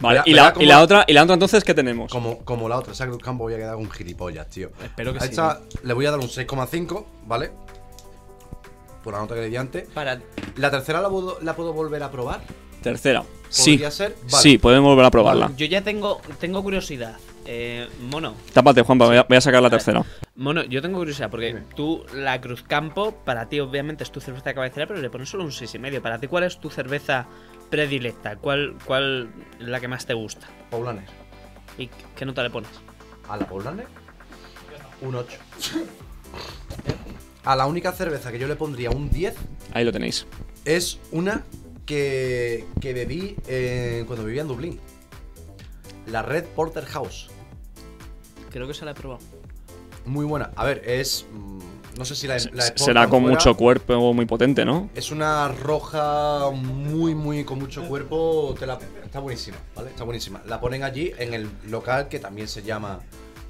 Speaker 1: Vale.
Speaker 3: Verá-
Speaker 1: y, la,
Speaker 3: verá cómo-
Speaker 1: y la otra, ¿Y la otra entonces qué tenemos?
Speaker 3: Como, como la otra, esa Cruz Campo voy a quedar con gilipollas, tío.
Speaker 2: Espero que
Speaker 3: a
Speaker 2: sí,
Speaker 3: esta le voy a dar un 6,5, ¿vale? Por la nota que le di antes.
Speaker 2: Para.
Speaker 3: La tercera la puedo, la puedo volver a probar.
Speaker 1: Tercera. Sí.
Speaker 3: Podría ser. Vale.
Speaker 1: Sí, podemos volver a probarla.
Speaker 2: Yo ya tengo, tengo curiosidad. Eh, mono.
Speaker 1: Tápate, Juanpa, voy a, voy a sacar la tercera.
Speaker 2: Mono, yo tengo curiosidad porque tú, la Cruz Campo, para ti obviamente es tu cerveza cabecera, pero le pones solo un 6,5. Para ti, ¿cuál es tu cerveza predilecta? ¿Cuál, ¿Cuál es la que más te gusta?
Speaker 3: Paulaner.
Speaker 2: ¿Y qué nota le pones?
Speaker 3: A la Paulaner. Un 8. A la única cerveza que yo le pondría un 10
Speaker 1: Ahí lo tenéis.
Speaker 3: es una que, que bebí eh, cuando vivía en Dublín. La Red Porter House.
Speaker 2: Creo que se la he probado.
Speaker 3: Eh, Muy buena. A ver, es. mm, No sé si la, la exportan
Speaker 1: Será con
Speaker 3: fuera.
Speaker 1: mucho cuerpo muy potente, ¿no?
Speaker 3: Es una roja muy, muy con mucho cuerpo. te la- está buenísima, ¿vale? Está buenísima. La ponen allí en el local que también se llama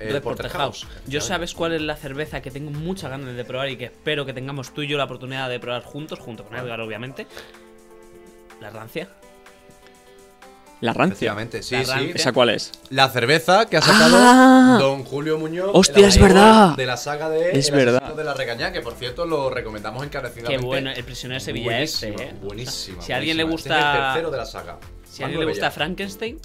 Speaker 3: eh,
Speaker 2: Red Porter House.
Speaker 3: sabía
Speaker 2: Yo sabes cuál es la cerveza que tengo muchas ganas de probar y que espero que tengamos tú y yo la oportunidad de probar juntos, junto con Edgar, obviamente. La rancia.
Speaker 1: La rancia.
Speaker 3: Efectivamente, sí,
Speaker 2: La
Speaker 3: sí.
Speaker 2: rancia.
Speaker 1: ¿Esa cuál es?
Speaker 3: La cerveza que ha sacado
Speaker 1: Ah.
Speaker 3: Don Julio Muñoz.
Speaker 1: Hostia,
Speaker 3: el
Speaker 1: es
Speaker 3: autor
Speaker 1: verdad.
Speaker 3: De la saga de
Speaker 1: Es
Speaker 3: El asesino
Speaker 1: verdad.
Speaker 3: de la regañá, que por cierto lo recomendamos encarecidamente.
Speaker 2: Qué bueno, el prisionero de Sevilla
Speaker 3: Buenísima,
Speaker 2: este, ¿eh?
Speaker 3: Buenísima.
Speaker 2: O sea, si a alguien le
Speaker 3: buenísima. Este es el
Speaker 2: gusta-
Speaker 3: tercero de la saga.
Speaker 2: Si a alguien le
Speaker 3: Manuel
Speaker 2: gusta
Speaker 3: Bellar.
Speaker 2: Frankenstein,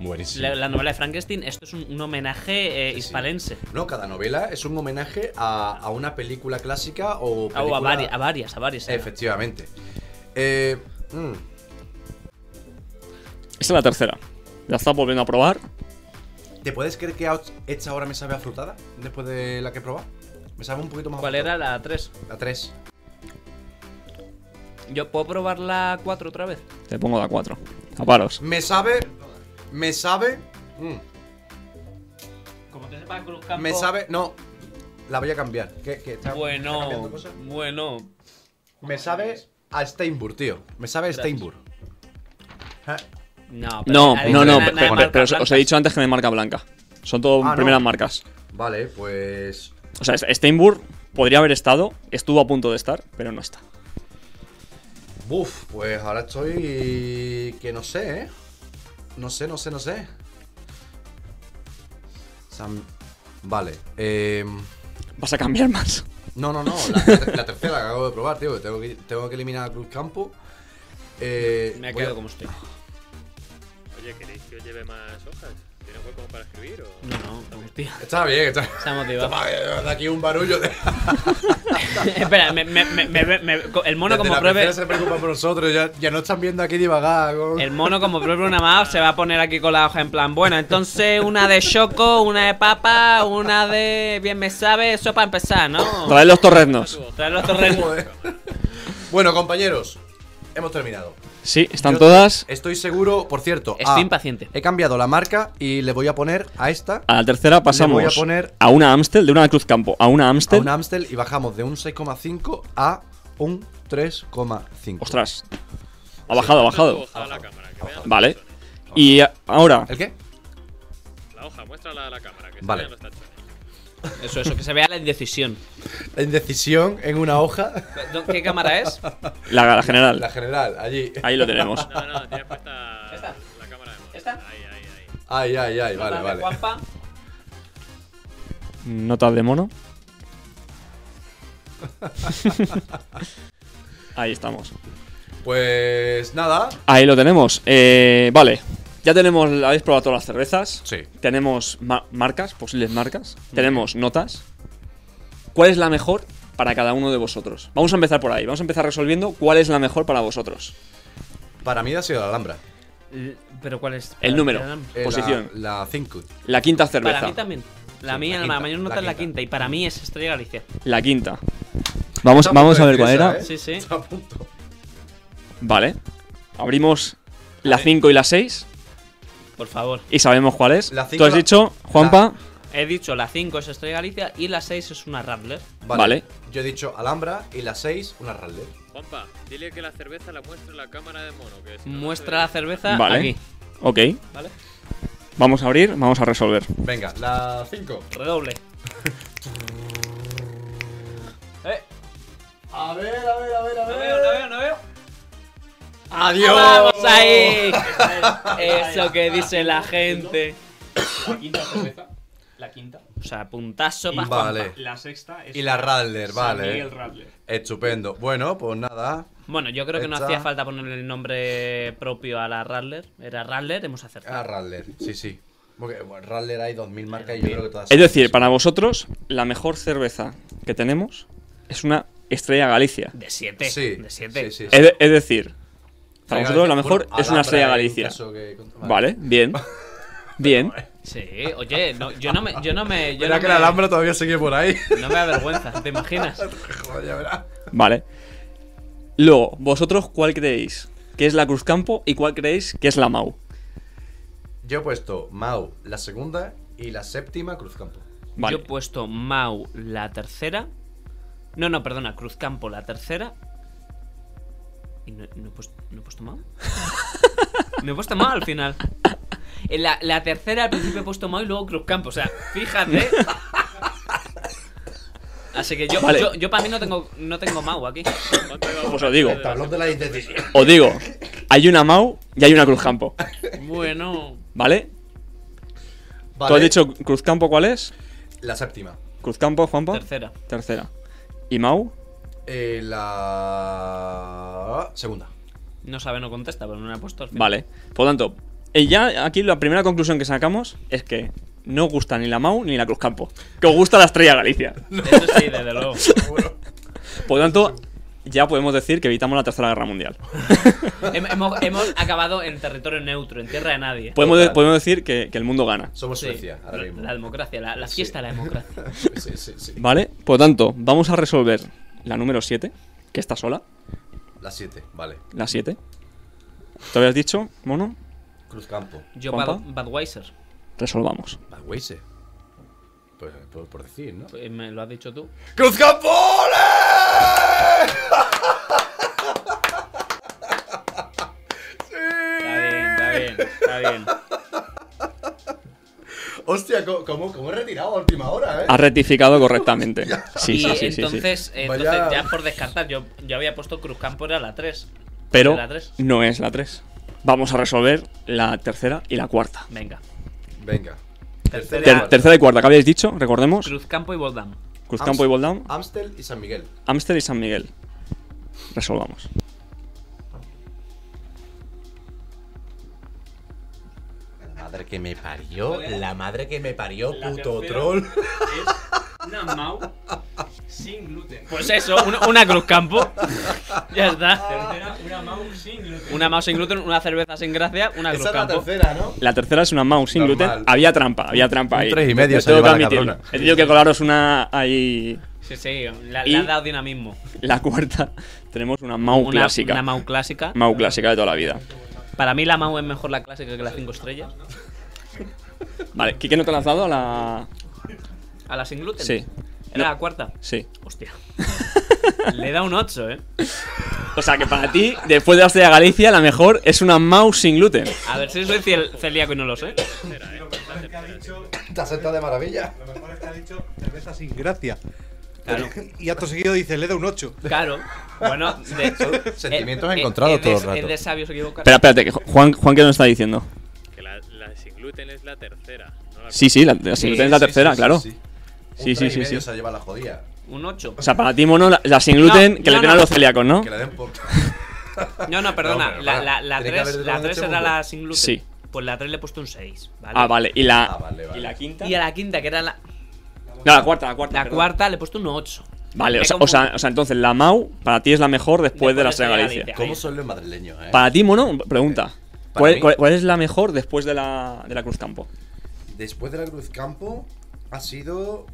Speaker 3: Buenísimo.
Speaker 2: la, la novela de Frankenstein, esto es un, un homenaje eh,
Speaker 3: Sí, sí.
Speaker 2: hispalense.
Speaker 3: No, cada novela es un homenaje a, a una película clásica o
Speaker 2: Ah, O
Speaker 3: película...
Speaker 2: a, vari- a varias, a varias. era.
Speaker 3: Efectivamente. Eh, mm,
Speaker 1: Esta es la tercera. La está volviendo a probar.
Speaker 3: ¿Te puedes creer que ahora- esta ahora me sabe a frutada? Después de la que he probado. Me sabe un poquito más a
Speaker 2: ¿Cuál
Speaker 3: frutada.
Speaker 2: era la 3?
Speaker 3: La 3.
Speaker 2: ¿Yo puedo probar la 4 otra vez?
Speaker 1: Te pongo la 4. Aparos.
Speaker 3: Me sabe... Me sabe... mm,
Speaker 2: Como te sepa Cruz
Speaker 3: Me sabe. No, la voy a cambiar. ¿Qué, qué? ¿Está
Speaker 2: Bueno,
Speaker 3: cambiando cosas?
Speaker 2: bueno.
Speaker 3: Me sabe a Steinburg, tío. Me sabe a Steinburg. Ah,
Speaker 2: No, pero-
Speaker 1: No,
Speaker 2: ha dicho
Speaker 1: no, no,
Speaker 2: una- una
Speaker 1: pero,
Speaker 2: marca
Speaker 1: pero os, os he
Speaker 2: blanca.
Speaker 1: dicho antes que de marca blanca. Son todo
Speaker 3: Ah, no.
Speaker 1: primeras marcas.
Speaker 3: Vale, pues.
Speaker 1: O sea, Steinburg podría haber estado, estuvo a punto de estar, pero no está.
Speaker 3: Buf, pues ahora estoy. que no sé, ¿eh? No sé, no sé, no sé. Sam- Vale, eh.
Speaker 1: Vas a cambiar más.
Speaker 3: No, no, no, la, la ter- la tercera que acabo de probar, tío, que tengo que, tengo que eliminar a Cruz Campo. Eh,
Speaker 2: Me ha
Speaker 3: voy
Speaker 2: quedado
Speaker 3: a-
Speaker 2: como estoy.
Speaker 8: Oye, ¿queréis que os lleve más hojas? ¿Tiene hueco para escribir o...?
Speaker 2: No, no, hostia.
Speaker 3: Está bien, está
Speaker 2: Se ha motivado.
Speaker 3: Toma, eh, de aquí un barullo de.
Speaker 2: Espera, me, me, me, me- me- el mono
Speaker 3: desde
Speaker 2: como
Speaker 3: la
Speaker 2: pruebe.
Speaker 3: tercera se preocupa por nosotros, ya, ya no están viendo aquí divagar. con-
Speaker 2: El mono como pruebe una más se va a poner aquí con la hoja en plan. Bueno, entonces una de choco, una de papa, una de bien me sabe, eso para empezar, ¿no?
Speaker 1: Traed los torreznos.
Speaker 2: Traer los torrenos.
Speaker 3: Joder. Bueno, compañeros, hemos terminado.
Speaker 1: Sí, están
Speaker 3: Yo
Speaker 1: todas.
Speaker 3: Estoy seguro, por cierto.
Speaker 2: Estoy
Speaker 3: ah,
Speaker 2: impaciente.
Speaker 3: He cambiado la marca y le voy a poner a esta,
Speaker 1: A la tercera pasamos
Speaker 3: voy a poner-
Speaker 1: a una Amstel, de una Cruz Campo a una
Speaker 3: a
Speaker 1: Amstel.
Speaker 3: un Amstel, y bajamos de un 6,5 a un 3,5.
Speaker 1: Ostras. Ha bajado, ha
Speaker 8: Tu
Speaker 1: bajado.
Speaker 8: hoja a la cámara, que vean los
Speaker 1: Vale.
Speaker 8: tachones.
Speaker 1: Y a- ahora,
Speaker 3: ¿El qué?
Speaker 8: La hoja, muéstrala a la cámara, que se
Speaker 3: Vale.
Speaker 8: vean los tachones.
Speaker 2: Eso, eso, que se vea la indecisión.
Speaker 3: La indecisión en una hoja.
Speaker 2: ¿Qué cámara es?
Speaker 1: la, la general.
Speaker 3: La general, allí.
Speaker 1: Ahí lo tenemos.
Speaker 8: No, no, tienes puesta la cámara de moda.
Speaker 2: ¿Esta?
Speaker 8: Ahí, ahí, ahí.
Speaker 3: Ay, ay, ay, vale, vale.
Speaker 2: Juanpa.
Speaker 1: Notas de mono. Ahí estamos.
Speaker 3: Pues nada.
Speaker 1: Ahí lo tenemos. Eh, vale. Ya tenemos, habéis probado todas las cervezas.
Speaker 3: Sí.
Speaker 1: Tenemos ma- marcas, posibles marcas. Tenemos notas. ¿Cuál es la mejor para cada uno de vosotros? Vamos a empezar por ahí. Vamos a empezar resolviendo cuál es la mejor para vosotros.
Speaker 3: Para mí ha sido la Alhambra.
Speaker 2: ¿Pero cuál es?
Speaker 1: El número,
Speaker 3: Eh,
Speaker 1: posición.
Speaker 3: La 5.
Speaker 1: La quinta cerveza.
Speaker 2: Para mí también. La
Speaker 3: Sí,
Speaker 2: mía,
Speaker 3: la
Speaker 2: la,
Speaker 3: quinta,
Speaker 2: mayor
Speaker 3: la
Speaker 2: nota es la
Speaker 3: quinta.
Speaker 2: quinta. Y para mí es Estrella Galicia.
Speaker 1: La quinta. Vamos, vamos a ver cuál era.
Speaker 2: Sí, sí.
Speaker 3: Está ¿eh? a punto.
Speaker 1: Vale. Abrimos la 5 y la 6
Speaker 2: Por favor.
Speaker 1: y sabemos cuál es.
Speaker 3: La cinco
Speaker 1: Tú has
Speaker 3: la-
Speaker 1: dicho, Juanpa,
Speaker 2: He dicho la 5 es Estrella Galicia y la 6 es una Rattler.
Speaker 1: Vale.
Speaker 3: Yo he dicho Alhambra y la 6, una Rallet.
Speaker 8: Juanpa, dile que la cerveza la muestre en la cámara de mono. Que si no, no
Speaker 2: Muestra la
Speaker 8: se ve.
Speaker 2: cerveza
Speaker 1: Vale.
Speaker 2: aquí.
Speaker 1: ok.
Speaker 2: Vale.
Speaker 1: Vamos a abrir, vamos a resolver.
Speaker 3: Venga, la 5.
Speaker 2: Redoble. eh,
Speaker 3: A ver, a ver, a ver, a
Speaker 2: no veo, no veo, no veo.
Speaker 3: ¡Adiós!
Speaker 2: ¡Vamos ahí! Eso que dice la gente.
Speaker 10: La quinta cerveza. La quinta.
Speaker 2: O sea, puntazo
Speaker 10: Y
Speaker 2: para
Speaker 3: Vale.
Speaker 10: La sexta es.
Speaker 3: Y la Radler,
Speaker 10: San
Speaker 3: vale.
Speaker 10: Miguel Radler.
Speaker 3: Estupendo. Bueno, pues nada.
Speaker 2: Bueno, yo creo que no
Speaker 3: Esta-
Speaker 2: hacía falta ponerle el nombre propio a la Rattler. Era Rattler, hemos acertado.
Speaker 3: A Radler, sí, sí. Porque bueno, Radler hay 2000 marcas y yo creo que todas.
Speaker 1: Es decir, para vosotros, la mejor cerveza que tenemos es una Estrella Galicia.
Speaker 2: De 7.
Speaker 3: Sí,
Speaker 2: de
Speaker 3: sí,
Speaker 2: 7.
Speaker 3: sí.
Speaker 1: Es, de- es decir, para
Speaker 3: Estrella
Speaker 1: vosotros la
Speaker 3: Galicia,
Speaker 1: mejor
Speaker 3: bueno,
Speaker 1: es una Estrella
Speaker 3: Alhambra en
Speaker 1: Galicia.
Speaker 3: caso que-
Speaker 1: Vale, bien. Bien.
Speaker 2: Sí, oye, no, yo no me. Yo no me yo
Speaker 3: Verá
Speaker 2: no
Speaker 3: que
Speaker 2: me-
Speaker 3: la Alhambra todavía sigue por ahí.
Speaker 2: No me avergüenza, ¿te imaginas?
Speaker 3: Joder, ya verás.
Speaker 1: Vale. Luego, vosotros, ¿cuál creéis que es la Cruz Campo y cuál creéis que es la Mau?
Speaker 3: Yo he puesto Mau, la segunda y la séptima Cruzcampo.
Speaker 1: Vale.
Speaker 2: Yo he puesto Mau la tercera. No, no, perdona, Cruzcampo la tercera. ¿Y no, no he, puesto, ¿no he puesto Mau? no he puesto Mau al final. En la, la tercera al principio he puesto Mau y luego Cruzcampo. O sea, fíjate. Así que yo,
Speaker 1: Vale.
Speaker 2: yo, yo para mí no tengo, no tengo Mau aquí.
Speaker 8: Juanpa iba
Speaker 1: Pues os digo,
Speaker 3: El tablón de la indecisión.
Speaker 1: os digo, hay una Mau y hay una Cruz Campo.
Speaker 2: Bueno.
Speaker 1: ¿Vale?
Speaker 3: Vale,
Speaker 1: ¿Tú has dicho Cruzcampo cuál es?
Speaker 3: La séptima.
Speaker 1: Cruzcampo, Juanpa.
Speaker 2: Tercera.
Speaker 1: Tercera. ¿Y Mau?
Speaker 3: Eh, la segunda.
Speaker 2: No sabe, no contesta, pero no la he puesto al final.
Speaker 1: Vale. Por lo tanto, eh, ya aquí la primera conclusión que sacamos es que no os gusta ni la Mau ni la Cruzcampo. Que os gusta la Estrella Galicia.
Speaker 2: Eso sí, desde luego.
Speaker 1: Por lo tanto, ya podemos decir que evitamos la Tercera Guerra Mundial.
Speaker 2: Hem- Hemos, hemos acabado en territorio neutro, en tierra de nadie.
Speaker 1: Podemos, de- podemos decir que, que el mundo gana.
Speaker 3: Somos
Speaker 2: Sí,
Speaker 3: Suecia ahora
Speaker 2: la-
Speaker 3: mismo.
Speaker 2: La democracia, la, la fiesta de la democracia.
Speaker 3: Sí, sí, sí.
Speaker 1: ¿Vale? Por lo tanto, vamos a resolver la número 7, que está sola.
Speaker 3: La siete, vale.
Speaker 1: La 7. ¿Te habías dicho, mono?
Speaker 3: Cruzcampo.
Speaker 2: Yo,
Speaker 1: ¿Juanpa?
Speaker 2: Bad, Budweiser.
Speaker 1: Resolvamos.
Speaker 3: Bagüeise. Pues por, por decir, ¿no?
Speaker 2: Eh, Me lo has dicho tú.
Speaker 3: ¡Cruzcampo! ¡Ole!
Speaker 9: bien.
Speaker 3: Hostia, co- ¿cómo, cómo he retirado a última hora, eh?
Speaker 1: Ha rectificado correctamente. Sí,
Speaker 2: y
Speaker 1: sí, sí, sí, sí.
Speaker 2: entonces, entonces
Speaker 3: Vaya-
Speaker 2: ya por descartar, yo, yo había puesto Cruz Campo era la 3.
Speaker 1: Pero
Speaker 2: la tres.
Speaker 1: no es la 3. Vamos a resolver la tercera y la cuarta.
Speaker 2: Venga.
Speaker 3: Venga.
Speaker 2: Tercera-
Speaker 1: Ter- tercera y cuarta, que habéis dicho, recordemos.
Speaker 2: Cruz Campo y Boldam.
Speaker 1: Cruzcampo y Boldown,
Speaker 3: Amstel y San Miguel.
Speaker 1: Amstel y San Miguel. Resolvamos.
Speaker 3: La madre que me parió, la madre que me parió, puto troll.
Speaker 10: Es una Mau sin gluten.
Speaker 2: Pues eso, una, una Cruz Campo. ya está.
Speaker 10: Tercera, una Mau sin gluten.
Speaker 2: Una más sin gluten, una cerveza sin gracia, una Ah, Cruz
Speaker 3: Esa es la
Speaker 2: Campo.
Speaker 3: tercera, ¿no?
Speaker 1: La tercera es una mouse sin
Speaker 3: Normal.
Speaker 1: gluten. Había trampa, había trampa
Speaker 3: Un
Speaker 1: ahí.
Speaker 3: tres y medio
Speaker 1: Lo
Speaker 3: se
Speaker 1: tengo que
Speaker 3: lleva la
Speaker 1: admitirlo.
Speaker 3: cabrona.
Speaker 1: He tenido que colaros una ahí.
Speaker 2: Sí, sí, la- le
Speaker 1: Y-
Speaker 2: has dado dinamismo.
Speaker 1: La cuarta. Tenemos una Mau
Speaker 2: Una,
Speaker 1: clásica.
Speaker 2: una Mau clásica.
Speaker 1: Mau clásica de toda la vida.
Speaker 2: Para mí la Mau es mejor la clásica que la 5 estrellas.
Speaker 1: Vale, ¿Quique no te la has dado a la.
Speaker 2: ¿A la sin gluten?
Speaker 1: Sí.
Speaker 2: ¿Era
Speaker 1: No.
Speaker 2: la cuarta?
Speaker 1: Sí.
Speaker 2: Hostia. Le da un 8, ¿eh?
Speaker 1: O sea que para ti, después de la estrella Galicia, la mejor es una mouse sin gluten.
Speaker 2: A ver si soy ciel- celíaco y no lo sé.
Speaker 6: Lo mejor es que ha dicho,
Speaker 3: Te has sentado de maravilla.
Speaker 6: lo mejor es que ha dicho cerveza sin gracia. Y acto seguido dice, le da un 8.
Speaker 2: Claro. Bueno, de
Speaker 3: Son sentimientos
Speaker 2: eh, eh,
Speaker 3: encontrados
Speaker 2: es
Speaker 3: todo
Speaker 2: de-
Speaker 3: el rato.
Speaker 2: Es de sabios equivocarse.
Speaker 1: Espera, espérate, que Juan, Juan ¿qué nos está diciendo?
Speaker 8: Que la, la sin gluten es la tercera. No la
Speaker 1: Sí, sí, la, la sin gluten es la tercera, claro.
Speaker 3: Sí,
Speaker 1: Sí, sí, sí, sí.
Speaker 3: se lleva la jodida.
Speaker 2: Un 8.
Speaker 1: O sea, para ti, mono, la, la sin gluten,
Speaker 2: No,
Speaker 1: que le
Speaker 2: no,
Speaker 1: den a
Speaker 2: no.
Speaker 1: los celíacos, ¿no?
Speaker 3: Que la den por.
Speaker 2: No, no,
Speaker 3: No,
Speaker 2: perdona.
Speaker 3: pero
Speaker 2: la,
Speaker 3: para,
Speaker 2: la, la
Speaker 3: tiene que
Speaker 2: 3,
Speaker 3: haber
Speaker 2: la
Speaker 3: todo en
Speaker 2: 3
Speaker 3: este
Speaker 2: era
Speaker 3: mundo.
Speaker 2: la sin gluten.
Speaker 1: Sí.
Speaker 2: Pues la 3 le he puesto un 6. ¿vale?
Speaker 1: Ah, vale. Y la.
Speaker 3: Ah, vale, vale.
Speaker 1: ¿Y la quinta?
Speaker 2: Y a la quinta, que era la,
Speaker 1: No, la cuarta, la cuarta.
Speaker 2: la
Speaker 1: perdón.
Speaker 2: cuarta, le he puesto un 8.
Speaker 1: Vale,
Speaker 2: Me
Speaker 1: o sea,
Speaker 2: he
Speaker 1: o sea- o sea, entonces la Mau para ti es la mejor después, de la
Speaker 2: Después de
Speaker 1: Estrella
Speaker 2: Estrella
Speaker 1: Galicia.
Speaker 2: Galicia.
Speaker 3: ¿Cómo son los madrileños, eh?
Speaker 1: Para ti, mono, pregunta. ¿Cuál,
Speaker 3: mí.
Speaker 1: cuál- cuál es la mejor después de la, de la Cruz Campo?
Speaker 3: Después de la Cruz Campo ha sido.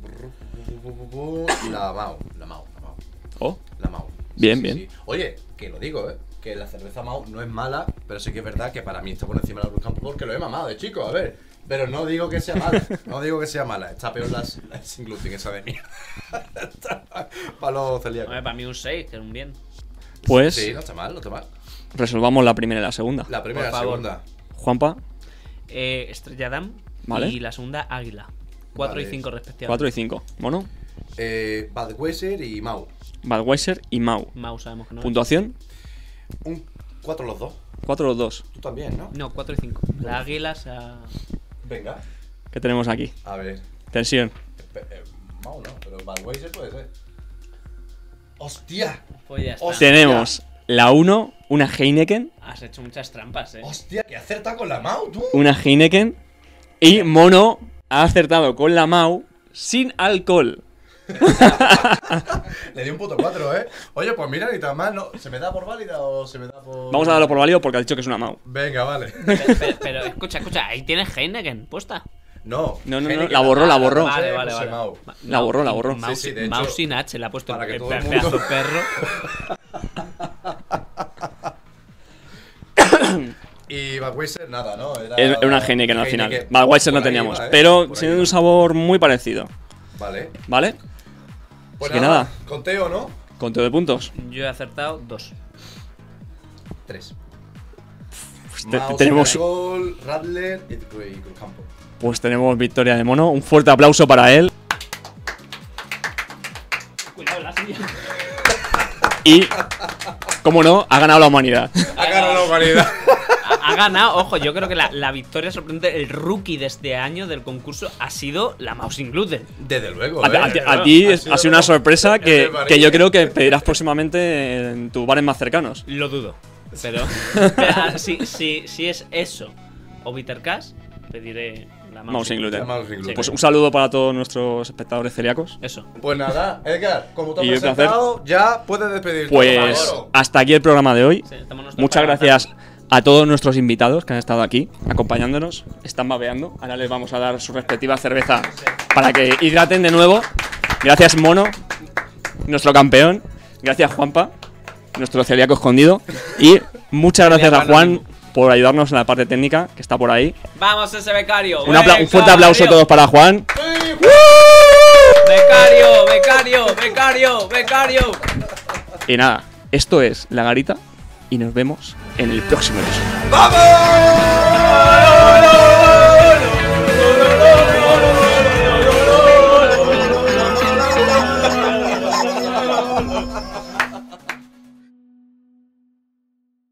Speaker 3: La Mao. La Mao. La Mao.
Speaker 1: Oh,
Speaker 3: La Mau.
Speaker 1: Bien, bien.
Speaker 3: Oye, que lo digo, ¿eh? Que la cerveza Mau no es mala, pero sí que es verdad que para mí está por encima de la Cruz Campo porque lo he mamado de chico, a ver. Pero no digo que sea mala, no digo que sea mala. Está peor las, las sin gluten, esa de mierda. para los celíacos.
Speaker 2: Hombre, para mí un 6, que es un bien.
Speaker 1: pues
Speaker 3: Sí, no está mal, no está mal.
Speaker 1: resolvamos la primera y la segunda.
Speaker 3: La primera,
Speaker 2: Por
Speaker 3: la
Speaker 2: favor.
Speaker 3: segunda.
Speaker 1: Juanpa,
Speaker 2: Eh, Estrella Damm
Speaker 1: Vale.
Speaker 2: y la segunda Águila. 4 y
Speaker 3: Vale.
Speaker 2: 5 respectivamente.
Speaker 1: 4 y 5. Mono,
Speaker 3: Eh, Budweiser y Mau.
Speaker 1: Budweiser y Mau.
Speaker 2: Mau sabemos que no. es.
Speaker 1: Puntuación,
Speaker 3: Un 4 los dos.
Speaker 1: 4 los dos.
Speaker 3: Tú también, ¿no?
Speaker 2: No, 4 y 5. La Águila se ha...
Speaker 3: Venga.
Speaker 1: ¿Qué tenemos aquí?
Speaker 3: A ver.
Speaker 1: Tensión.
Speaker 3: Espe- eh, Mau no, pero Budweiser puede ser. ¡Hostia!
Speaker 2: Pues ya está.
Speaker 3: Hostia.
Speaker 1: Tenemos la 1, una Heineken,
Speaker 2: Has hecho muchas trampas, eh.
Speaker 3: ¡Hostia! ¡Que acerta con la Mau, tú!
Speaker 1: una Heineken y Mono ha acertado con la Mau sin alcohol.
Speaker 3: Le di un puto 4, ¿eh? Oye, pues mira, ni tan mal, ¿no? ¿Se me da por válida o se me da por.?
Speaker 1: Vamos a darlo por válido porque ha dicho que es una Mau.
Speaker 3: Venga, vale.
Speaker 2: Pero, pero- pero escucha, escucha, ahí tienes Heineken puesta.
Speaker 3: No.
Speaker 1: No, no, no,
Speaker 3: Heineken,
Speaker 1: la borró, la
Speaker 3: ah,
Speaker 1: borró.
Speaker 3: puse-
Speaker 2: Vale, vale,
Speaker 3: puse
Speaker 2: vale.
Speaker 3: Mau.
Speaker 1: La
Speaker 2: Mau-
Speaker 1: borró, la borró.
Speaker 2: Mau,
Speaker 3: Sí, sí, de
Speaker 2: Mau
Speaker 3: hecho,
Speaker 2: sin H, la ha puesto
Speaker 3: para que
Speaker 2: el
Speaker 3: todo el
Speaker 2: pe-
Speaker 3: mundo-
Speaker 2: pedazo perro.
Speaker 3: Y Budweiser, nada, ¿no? Era,
Speaker 1: Es una Heineken al final.
Speaker 3: Heineken.
Speaker 1: Vale, Weiser no
Speaker 3: Por ahí
Speaker 1: teníamos,
Speaker 3: va, ¿eh?
Speaker 1: pero
Speaker 3: Por ahí
Speaker 1: tiene
Speaker 3: va.
Speaker 1: un sabor muy parecido,
Speaker 3: Vale.
Speaker 1: ¿vale?
Speaker 3: Pues
Speaker 1: que
Speaker 3: nada.
Speaker 1: nada.
Speaker 3: Conteo, ¿no?
Speaker 1: Conteo de puntos.
Speaker 2: Yo he acertado dos.
Speaker 3: Tres.
Speaker 1: Pues, te-
Speaker 3: Mau,
Speaker 1: tenemos,
Speaker 3: Gol, Radler y y Cruzcampo.
Speaker 1: pues tenemos victoria de mono. Un fuerte aplauso para él. Y, como no, ha ganado la humanidad.
Speaker 3: Ha ganado la humanidad.
Speaker 2: Ha, ha ganado, ojo, yo creo que la, la victoria sorprendente, el rookie de este año del concurso ha sido la Mau sin gluten.
Speaker 3: Desde luego,
Speaker 1: A,
Speaker 3: ¿eh?
Speaker 1: a ti- a ti
Speaker 3: Ha
Speaker 1: es-
Speaker 3: sido
Speaker 1: ha sido una
Speaker 3: lo-
Speaker 1: sorpresa
Speaker 3: es del
Speaker 1: que,
Speaker 3: Madrid.
Speaker 1: que yo creo que pedirás próximamente en tus bares más cercanos.
Speaker 2: Lo dudo. Pero, pero, ah, si, si- si es eso o Bitter Cash, pediré la Mau
Speaker 1: Vamos sin gluten.
Speaker 3: Vamos sin gluten.
Speaker 1: Pues un saludo para todos nuestros espectadores celíacos.
Speaker 2: Eso.
Speaker 3: Pues nada, Edgar, como te
Speaker 1: Y un
Speaker 3: has presentado, ya puedes despedirte. por
Speaker 1: Pues
Speaker 3: favor.
Speaker 1: hasta aquí el programa de hoy.
Speaker 2: Sí, estamos nosotros
Speaker 1: Muchas
Speaker 2: para
Speaker 1: gracias a todos nuestros invitados que han estado aquí acompañándonos. Están babeando. Ahora les vamos a dar su respectiva cerveza para que hidraten de nuevo. Gracias, Mono, nuestro campeón. Gracias, Juanpa, nuestro celíaco escondido. Y muchas gracias a Juan por ayudarnos en la parte técnica, que está por ahí.
Speaker 2: Vamos ese becario.
Speaker 1: Un, apla- un fuerte aplauso a todos para Juan.
Speaker 2: Becario, becario, becario, becario.
Speaker 1: Y nada, esto es La Garita y nos vemos en el próximo episodio.